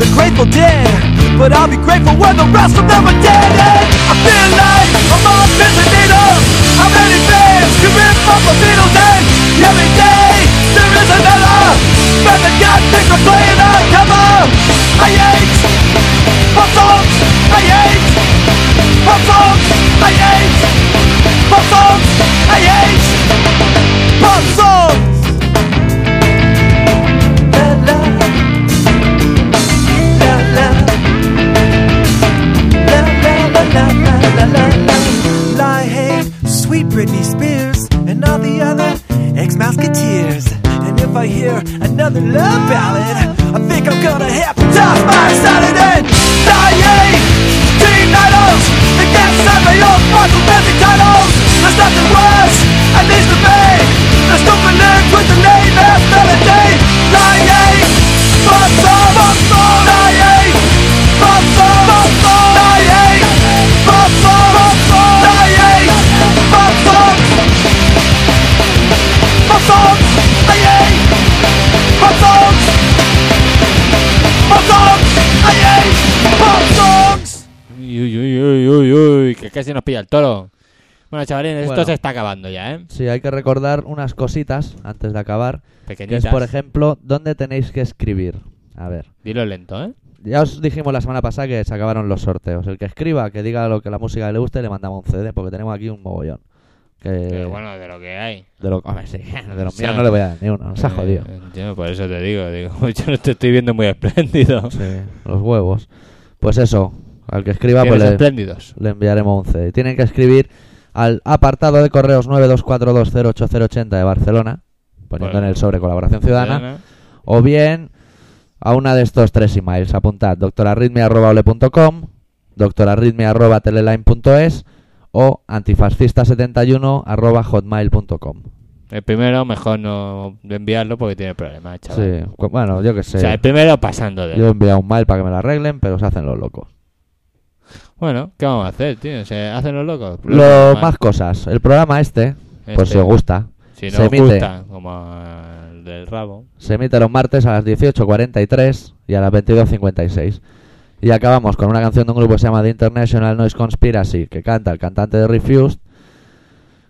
the Grateful Dead, but I'll be grateful when the rest of them are dead. And I feel like I'm on Needle. How many fans can rip up a Beatles and every day there is another? But the God pick a play the cover. I hate pop songs. I hate pop songs. I hate pop songs. I hate pop songs. La la la la. La, la, la, la, la, la, la, la. I hate sweet Britney Spears and all the other ex Mouseketeers. And if I hear another love ballad, I think I'm gonna have to toss my salad in. I hate eh? teen idols. They can't send me off Michael Bentley titles. There's nothing worse, at least to me. The stupid lyrics with the name as melody. I eh? hate pop songs. I hate pop songs. I hate
si nos pilla el toro. Bueno, chavalines,
Bueno.
esto se está acabando ya, ¿eh?
Sí, hay que recordar unas cositas antes de acabar. Que
Pequeñitas.
es, por ejemplo, ¿dónde tenéis que escribir? A ver.
Dilo lento, ¿eh?
Ya os dijimos la semana pasada que se acabaron los sorteos. El que escriba, que diga lo que la música que le guste, le mandamos un CD, porque tenemos aquí un mogollón. Que
Pero bueno, de lo que hay.
de, lo- hombre, sí, de los
O sea,
míos no le voy a dar ni uno, se ha jodido.
Eh, yo por eso te digo, digo, yo no te estoy viendo muy espléndido.
Sí, los huevos. Pues eso, al que escriba,
Tienes este.
pues le,
espléndidos.
le enviaremos un CD. Tienen que escribir al apartado de correos 924208080 de Barcelona, poniendo
Bueno.
en el sobre colaboración ciudadana, o bien a una de estos tres emails. Apuntad doctorarritmia.com, doctorarritmia.teleline.es o antifascista71.hotmail.com.
El primero, mejor no enviarlo porque tiene problemas, chaval.
Sí, cu- bueno, yo que sé.
O sea, el primero pasando de.
Yo he enviado un mail para que me lo arreglen, pero se hacen los locos.
Bueno, ¿qué vamos a hacer, tío? ¿Se hacen los locos?
Lo más cosas. El programa este,
Este,
por si os gusta,
Si no
se
os
emite.
gusta, como el del rabo.
se emite los martes a las 18.43 y a las 22.56. Y acabamos con una canción de un grupo que se llama The International Noise Conspiracy, que canta el cantante de Refused,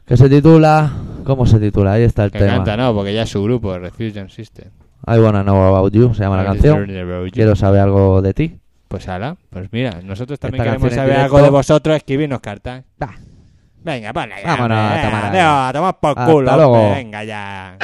que se titula... ¿Cómo se titula? Ahí está el
Que
tema.
canta, no, porque ya es su grupo, Refusion System.
I Wanna Know About You, se llama la canción. Quiero saber algo de ti.
Pues ala, pues mira, nosotros también
Esta
queremos
canción en
saber
directo.
algo de vosotros, escribirnos cartas.
Va.
Venga, ponla ya.
Vámonos a
hombre,
tomar
venga, tío, a tomar por
Hasta
culo.
luego.
hombre, Venga ya.